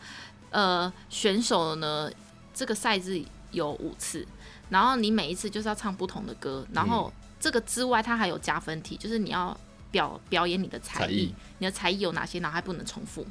S1: 呃选手呢，这个赛制有五次，然后你每一次就是要唱不同的歌，然后
S2: 嗯
S1: 这个之外它还有加分题，就是你要表表演你的才
S2: 才艺
S1: 你的才艺有哪些，然后还不能重复，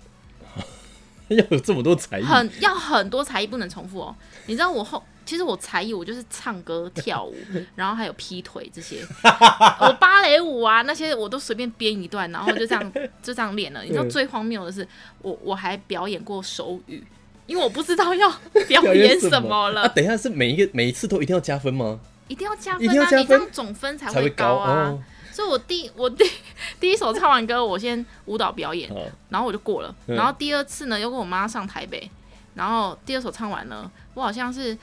S2: 要有这么多才艺，
S1: 很要很多才艺不能重复哦。你知道我后，其实我才艺我就是唱歌、跳舞，然后还有劈腿这些，我芭蕾舞啊那些我都随便编一段，然后就这样就这样练了。你知
S2: 嗯
S1: 道最荒谬的是，我我还表演过手语，因为我不知道要 表
S2: 表
S1: 演
S2: 演
S1: 什么
S2: 么
S1: 了，
S2: 啊？等一下，是每一个每一次都一定要加分吗？
S1: 一定要加
S2: 一定
S1: 分
S2: 要
S1: 啊！
S2: 加分
S1: 你这样总分才
S2: 才
S1: 会
S2: 高
S1: 啊。
S2: 哦。
S1: 所以我第我第 第一首唱完歌，我先舞蹈表演，
S2: 哦好，
S1: 然后我就过了。
S2: 嗯
S1: 然后第二次呢，又跟我妈上台北，然后第二首唱完呢，我好像是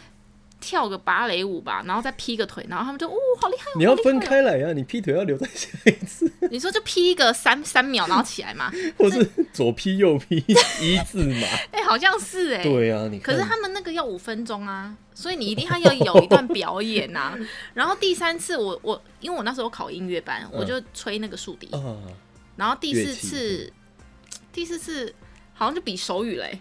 S1: 跳个芭蕾舞吧，然后再劈个腿，然后他们就哦，好厉害！
S2: 你要分开来啊，你劈腿要留在下一次，
S1: 你说就劈一个三三秒，然后起来 嘛？
S2: 或是左劈右劈一字马。
S1: 哎、好像是哎、
S2: 对啊，你
S1: 可
S2: 看
S1: 是他们那个要五分钟啊，所以你一定还要有一段表演呐、啊。然后第三次我我因为我那时候考音乐班，我就吹那个竖笛，
S2: 啊，
S1: 然后第四
S2: 乐嗯
S1: 次，第四次好像就比手语嘞、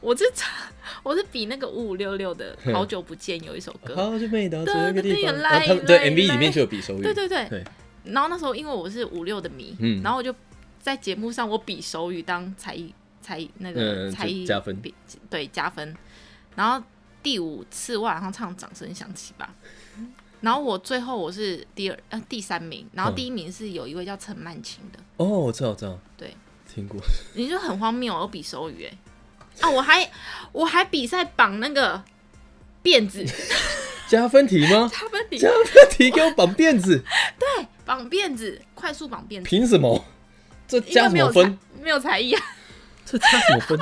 S1: 我是 我是比那个五五六六 的《好久不见》有一首歌，
S2: 哦好久没到这个
S1: 对
S2: 地
S1: 对
S2: 方，
S1: 有
S2: 啊
S1: 赖
S2: 他们对
S1: 赖
S2: MV
S1: 赖
S2: 里面就有比手语，
S1: 对对对。
S2: 对
S1: 然后那时候因为我是五六的迷，
S2: 嗯
S1: 然后我就在节目上我比手语当才艺才艺那个
S2: 嗯
S1: 才艺
S2: 加分
S1: 比，对加分。然后第五次我好像唱《掌声响起》吧，然后我最后我是第二呃第三名，然后
S2: 嗯
S1: 第一名是有一位叫陈曼琴的，
S2: 哦，我知道，我知道，
S1: 对，
S2: 听过。
S1: 你就很荒谬，我比手语哎、啊我还我还比赛绑那个辫 子，
S2: 加分题 吗？
S1: 他们比
S2: 加分题给我绑辫子，
S1: 绑辫子，快速绑辫子，
S2: 凭 什么？这
S1: 因为
S2: 加什
S1: 没
S2: 么
S1: 有才
S2: 分？
S1: 没有才艺啊，
S2: 这加什么分？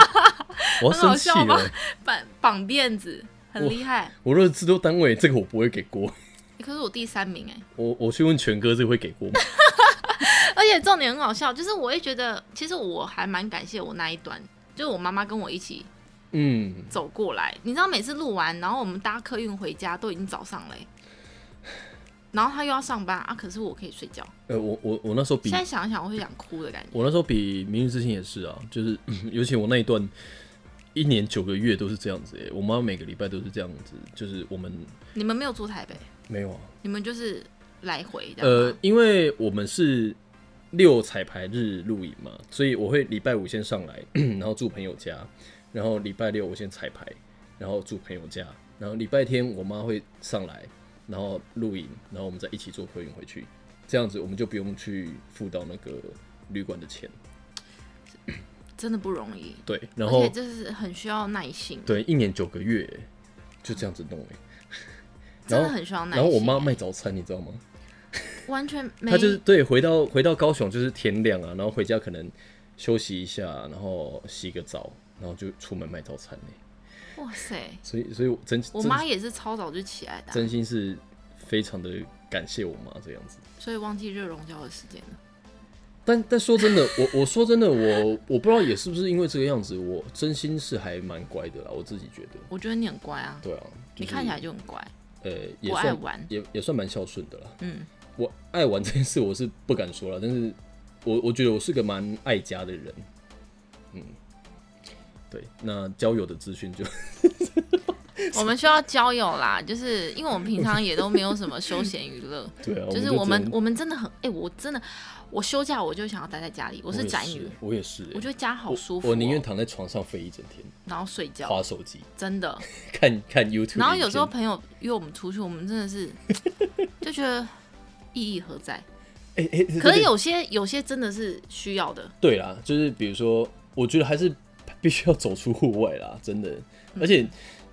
S2: 我 要
S1: 很好
S2: 生气哦
S1: 笑吧
S2: 了。
S1: 绑绑辫子很
S2: 我
S1: 厉害、
S2: 我若是制作单位，这个我不会给过。
S1: 欸可是我第三名哎、
S2: 我我去问全哥，这个会给 过吗？
S1: 而且重点很好笑，就是我会觉得，其实我还蛮感谢我那一段，就是我妈妈跟我一起
S2: 嗯，
S1: 走过来。你知道每次录完，然后我们搭客运回家都已经早上了 欸、然后她又要上班啊，可是我可以睡觉。
S2: 呃，我我我那时候比
S1: 现在想一想，我会想哭的感觉。
S2: 我那时候比《明日之星》也是啊，就是、嗯尤其我那一段一年九个月都是这样子、欸，我妈每个礼拜都是这样子，就是我们
S1: 你们没有住台北，
S2: 没有啊，
S1: 你们就是来回的。
S2: 呃，，因为我们是六彩排日录影嘛，所以我会礼拜五先上来， 然后住朋友家，然后礼拜六我先彩排，然后住朋友家，然后礼拜天我妈会上来，然后录影，然后我们再一起坐客运回去，这样子我们就不用去付到那个旅馆的钱，
S1: 真的不容易，
S2: 对，然
S1: 而
S2: 后
S1: 且这是很需要耐心，
S2: 对，一年九个月欸就这样子弄哎、
S1: 真
S2: 然
S1: 的
S2: 后
S1: 很需要耐
S2: 然
S1: 心。欸
S2: 后我妈卖早餐，你知道吗？
S1: 完全没，
S2: 她就是对，回到回到高雄就是天亮啊，然后回家可能休息一下，然后洗个澡，然后就出门卖早餐哎、
S1: 哇塞，
S2: 所以所以我真
S1: 我
S2: 真
S1: 妈也是超早就起来的啊、
S2: 真心是非常的感谢我妈这样子。
S1: 所以忘记热熔胶的时间了。
S2: 但但说真的，我我说真的，我我不知道也是不是因为这个样子，我真心是还蛮乖的啦，我自己觉得。
S1: 我觉得你很乖啊，
S2: 对啊，
S1: 你
S2: 就是
S1: 看起来就很乖。
S2: 呃也
S1: 不爱
S2: 算
S1: 玩
S2: 也也算蛮孝顺的啦。
S1: 嗯，
S2: 我爱玩这件事我是不敢说了，但是我我觉得我是个蛮爱家的人，嗯，对。那交友的资讯就
S1: 我们需要交友啦， 就是因为我们平常也都没有什么休闲娱乐，
S2: 对啊，
S1: 就是
S2: 就
S1: 我
S2: 只
S1: 们
S2: 能
S1: 我们真的很哎、我真的我休假我就想要待在家里，我
S2: 我
S1: 是
S2: 也
S1: 宅女，
S2: 我也是欸、
S1: 我觉得家好舒服哦、
S2: 我宁愿躺在床上飞一整天，
S1: 然后睡觉，
S2: 划手机，
S1: 真的。
S2: 看看 YouTube，
S1: 然后有时候
S2: 影片
S1: 朋友约我们出去，我们真的 是就觉得意义何在？
S2: 哎哎、对
S1: 可是
S2: 对
S1: 有些有些真的是需要的，
S2: 对啦，就是比如说，我觉得还是必须要走出户外啦，真的。而且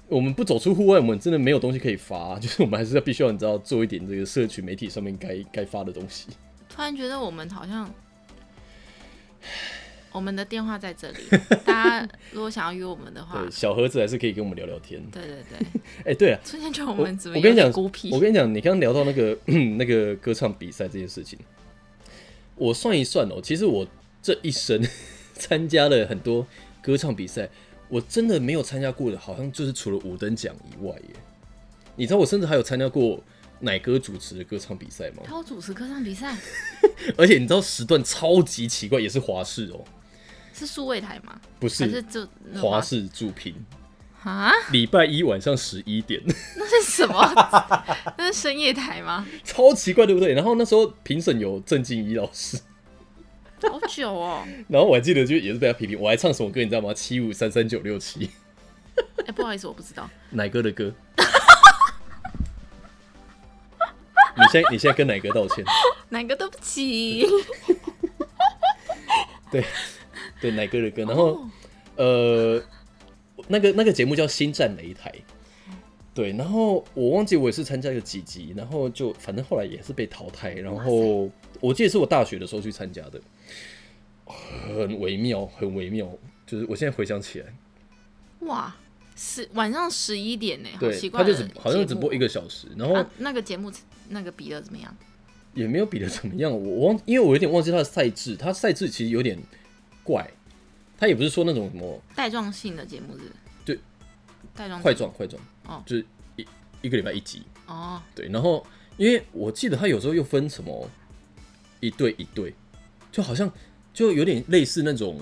S2: 我们不走出户外，我们真的没有东西可以发、啊就是我们还是要必须要你知道做一点这个社群媒体上面该该发的东西。
S1: 突然觉得我们好像，我们的电话在这里，大家如果想要约我们的话
S2: 对，，小盒子还是可以跟我们聊聊天。
S1: 对对对，
S2: 哎、对了，
S1: 瞬间觉得我
S2: 我
S1: 们怎么
S2: 我
S1: 有
S2: 跟你
S1: 点
S2: 讲，
S1: 孤僻
S2: 我，跟你讲，你刚刚聊到那个 那个歌唱比赛这件事情，我算一算哦，其实我这一生参加了很多歌唱比赛，我真的没有参加过的，好像就是除了五等奖以外耶。你知道我甚至还有参加过奶哥主持的歌唱比赛吗？
S1: 他有主持歌唱比赛
S2: 而且你知道时段超级奇怪，也是华视哦，
S1: 是数位台吗？
S2: 不
S1: 还是
S2: 是
S1: 就那
S2: 华
S1: 吗
S2: 视助评，
S1: 啊？
S2: 礼拜一晚上十一点。
S1: 那是什么？ 那是深夜台吗？
S2: 超奇怪，对不对？然后那时候评审有郑敬怡老师，
S1: 好久哦，
S2: 然后我还记得就也是被他批评，我还唱什么歌你知道吗？七五三三九六七，
S1: 哎、不好意思，我不知道。
S2: 奶哥的 歌。你现在你现在跟奶哥道歉，
S1: 哪个对不起？
S2: 对对奶哥的歌，然后、呃，那个那个节目叫《星战擂台》，对，然后我忘记我也是参加了几集，然后就反正后来也是被淘汰，然后我记得是我大学的时候去参加的，很微妙，很微妙，就是我现在回想起来，
S1: 哇，十晚上十一点呢，好
S2: 对
S1: 奇，怪
S2: 他
S1: 的
S2: 就
S1: 节
S2: 只
S1: 目。
S2: 好像只播一个小时，然后
S1: 啊，那个节目那个比的怎么样？
S2: 也没有比的怎么样，我我忘，因为我有点忘记他的赛制，他赛制其实有点怪，他也不是说那种什么
S1: 带状性的节目是不是？
S2: 对，
S1: 带状
S2: 块状块状，
S1: 哦
S2: 就是一一个礼拜一集，
S1: 哦，
S2: 对，然后因为我记得他有时候又分什么一对一对，就好像就有点类似那种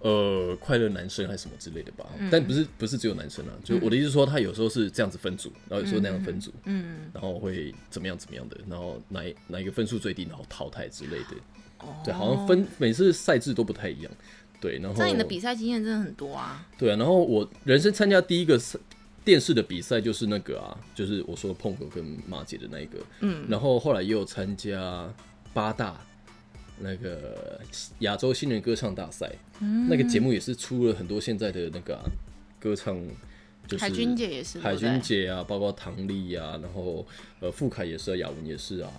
S2: 呃快乐男生还是什么之类的吧，
S1: 嗯
S2: 但不是不是只有男生啊，就我的意思是说，他有时候是这样子分组，然后有时候那样分组，
S1: 嗯，
S2: 然后会怎么样怎么样的，然后哪一哪一个分数最低，然后淘汰之类的。
S1: 哦
S2: 对，好像分哦每次赛制都不太一样。对，然后
S1: 那你的比赛经验真的很多啊。
S2: 对啊，然后我人生参加第一个赛电视的比赛就是那个啊，就是我说碰狗跟马姐的那一个，嗯，然后后来也有参加八大那个亚洲新人歌唱大赛，嗯、那个节目也是出了很多现在的那个啊、歌唱。就是
S1: 海军姐也是
S2: 海
S1: 对
S2: 军
S1: 不对
S2: 姐啊，包括唐丽啊，然后呃傅凯也是啊，雅文也是啊，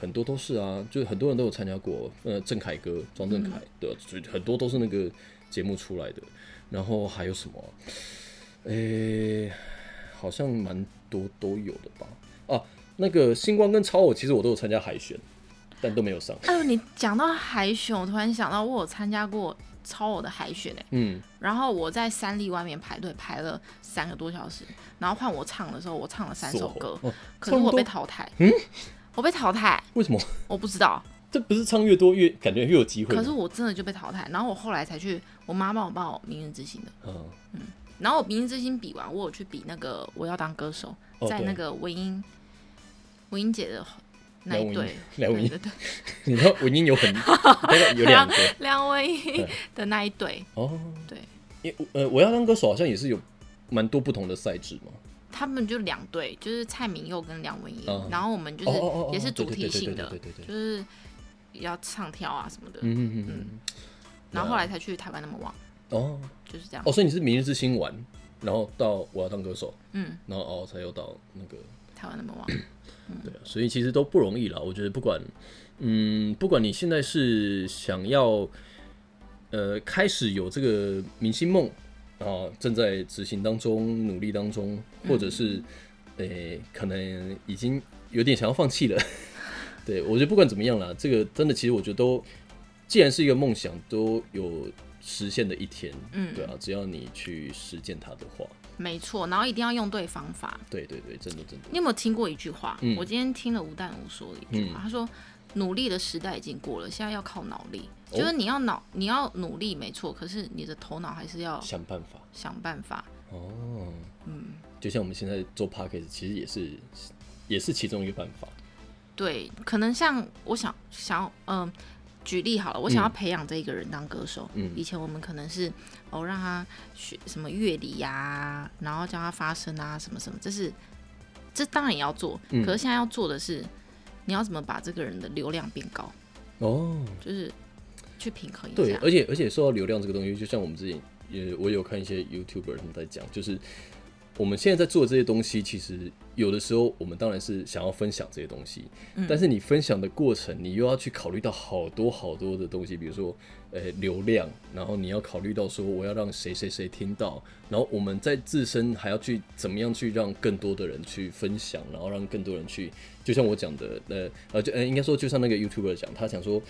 S2: 很多都是啊，就是很多人都有参加过，呃郑恺哥、庄郑
S1: 嗯
S2: 恺对啊，所以很多都是那个节目出来的。然后还有什么啊？诶、好像蛮多都有的吧？啊，那个星光跟超偶，其实我都有参加海选，但都没有上。
S1: 哎呦，你讲到海选，我突然想到我有参加过超我的海选哎、
S2: 嗯，
S1: 然后我在三立外面排队排了三个多小时，然后换我唱的时候，我唱了三首歌，
S2: 哦
S1: 可是
S2: 唱
S1: 我
S2: 多
S1: 被淘汰。嗯，我被淘汰，
S2: 为什么？
S1: 我不知道。
S2: 这不是唱越多越感觉越有机会
S1: 可
S2: 吗？
S1: 是我真的就被淘汰，然后我后来才去，我妈帮我报《明日之星》的。
S2: 嗯，
S1: 然后我《明日之星》比完，我有去比那个《我要当歌手
S2: 哦》
S1: 在那
S2: 对
S1: 个文英文英姐的那一队，
S2: 梁文
S1: 对对
S2: 音
S1: 对，
S2: 你知道文英有很大概 有两个
S1: 梁文英
S2: 对
S1: 的那一队，
S2: 哦，
S1: 对
S2: 因为呃，我要当歌手好像也是有蛮多不同的赛制嘛。
S1: 他们就两队，就是蔡明佑跟梁文英，
S2: 嗯
S1: 然后我们就是
S2: 哦哦哦哦
S1: 也是
S2: 对
S1: 主
S2: 对
S1: 题
S2: 对对
S1: 性
S2: 对
S1: 的
S2: 对对，对
S1: 就是要唱跳啊什么的，
S2: 嗯嗯嗯
S1: 然后后来才去台湾那么旺，
S2: 嗯。哦
S1: 就是这样
S2: 哦，。所以你是明日之星玩，然后到我要当歌手，
S1: 嗯，
S2: 然后哦才又到那个
S1: 台湾那么旺，
S2: 对啊，所以其实都不容易啦。我觉得不管，嗯，不管你现在是想要，呃，开始有这个明星梦啊，正在执行当中、努力当中，或者是，诶、可能已经有点想要放弃了。 对我觉得不管怎么样啦，这个真的其实我觉得都，既然是一个梦想，都有实现的一天。
S1: 嗯
S2: 对啊，只要你去实践它的话，
S1: 没错。然后一定要用对方法。
S2: 对对对，真的真的，
S1: 你有没有听过一句话？
S2: 嗯
S1: 我今天听了吴淡如说的一句话，他说：“努力的时代已经过了，现在要靠脑力，
S2: 哦
S1: 就是你要脑，你要努力没错，可是你的头脑还是要
S2: 想办法。
S1: 想办法。
S2: 哦，嗯，就像我们现在做 podcast，其实也是也是其中一个办法。
S1: 对，可能像我想想，嗯、举例好了，我想要培养这一个人当歌手。
S2: 嗯
S1: 以前我们可能是哦让他学什么乐理呀、然后教他发声啊，什么什么，这是这当然也要做，
S2: 嗯
S1: 可是现在要做的是，你要怎么把这个人的流量变高，
S2: 哦，
S1: 就是去平衡一
S2: 对，
S1: 下。
S2: 而且而且说到流量这个东西，就像我们之前也我有看一些 YouTuber 他们在讲，就是我们现在在做这些东西，其实有的时候我们当然是想要分享这些东西，
S1: 嗯
S2: 但是你分享的过程，你又要去考虑到好多好多的东西，比如说呃流量，然后你要考虑到说我要让谁谁谁听到，然后我们在自身还要去怎么样去让更多的人去分享，然后让更多人去，就像我讲的，呃呃就呃应该说就像那个 YouTuber 讲，他想说。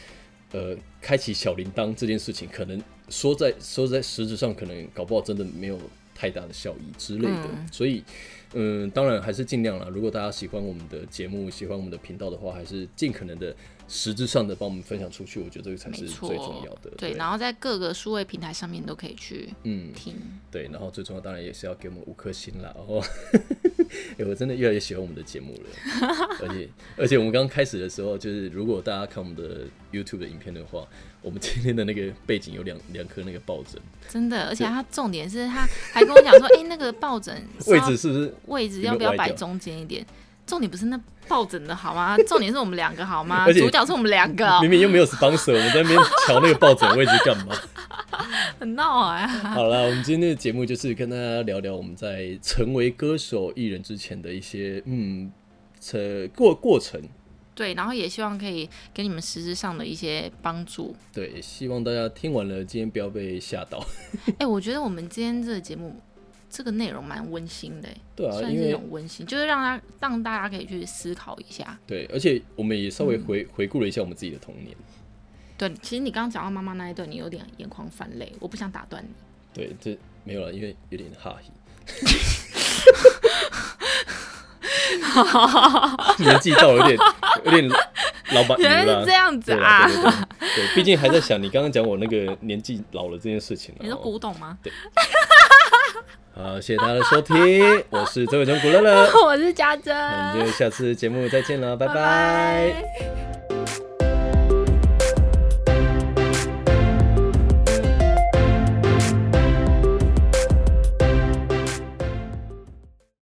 S2: 呃，开启小铃铛这件事情，可能说在说在实质上，可能搞不好真的没有太大的效益之类的。所以，嗯，当然还是尽量啦。如果大家喜欢我们的节目，喜欢我们的频道的话，还是尽可能的实质上的帮我们分享出去。我觉得这个才
S1: 没
S2: 是
S1: 错，
S2: 最重要的。
S1: 对，然后在各个数位平台上面都可以去
S2: 嗯，
S1: 听。
S2: 对，然后最重要当然也是要给我们五颗星啦。哦， 哎，我真的越来越喜欢我们的节目了，而且而且我们刚开始的时候，就是如果大家看我们的 YouTube 的影片的话，我们今天的那个背景有两两颗那个抱枕，
S1: 真的，而且他重点是他还跟我 讲说，哎、那个抱枕是
S2: 位
S1: 要
S2: 置是不是？
S1: 位置
S2: 有
S1: 要不
S2: 没有
S1: 要
S2: 歪
S1: 摆
S2: 掉
S1: 中间一点？重点不是那抱枕的好吗？重点是我们两个好吗？
S2: 而且
S1: 主角是我们两个哦、
S2: 明明又没有 sponsor，我们在那边瞧那个抱枕位置干 嘛？
S1: 很闹啊、
S2: 好了，我们今天的节目就是跟大家聊聊我们在成为歌手艺人之前的一些嗯，呃过过程。
S1: 对，然后也希望可以给你们实质上的一些帮助。
S2: 对，希望大家听完了，今天不要被吓到。
S1: 哎、我觉得我们今天这个节目这个内容蛮温馨的、欸
S2: 对啊，
S1: 算
S2: 因
S1: 是一
S2: 为
S1: 种温馨，就是让他让大家可以去思考一下。
S2: 对，而且我们也稍微回、回顾了一下我们自己的童年。
S1: 对，其实你刚刚讲到妈妈那一段，你有点眼眶泛泪，我不想打断你。
S2: 对，这没有了，因为有点哈 嘿。年纪到了，有点有点老板
S1: 原来
S2: 娘
S1: 是这
S2: 了。
S1: 样子
S2: 对
S1: 啊
S2: 啊，！对对对对，毕竟还在想你刚刚讲我那个年纪老了这件事情。啊
S1: 你是古董吗？
S2: 好，谢谢大家的收听，我是周伟忠古乐乐，
S3: 我是家珍，
S2: 那我们就下次节目再见了，拜
S3: 拜拜
S2: 拜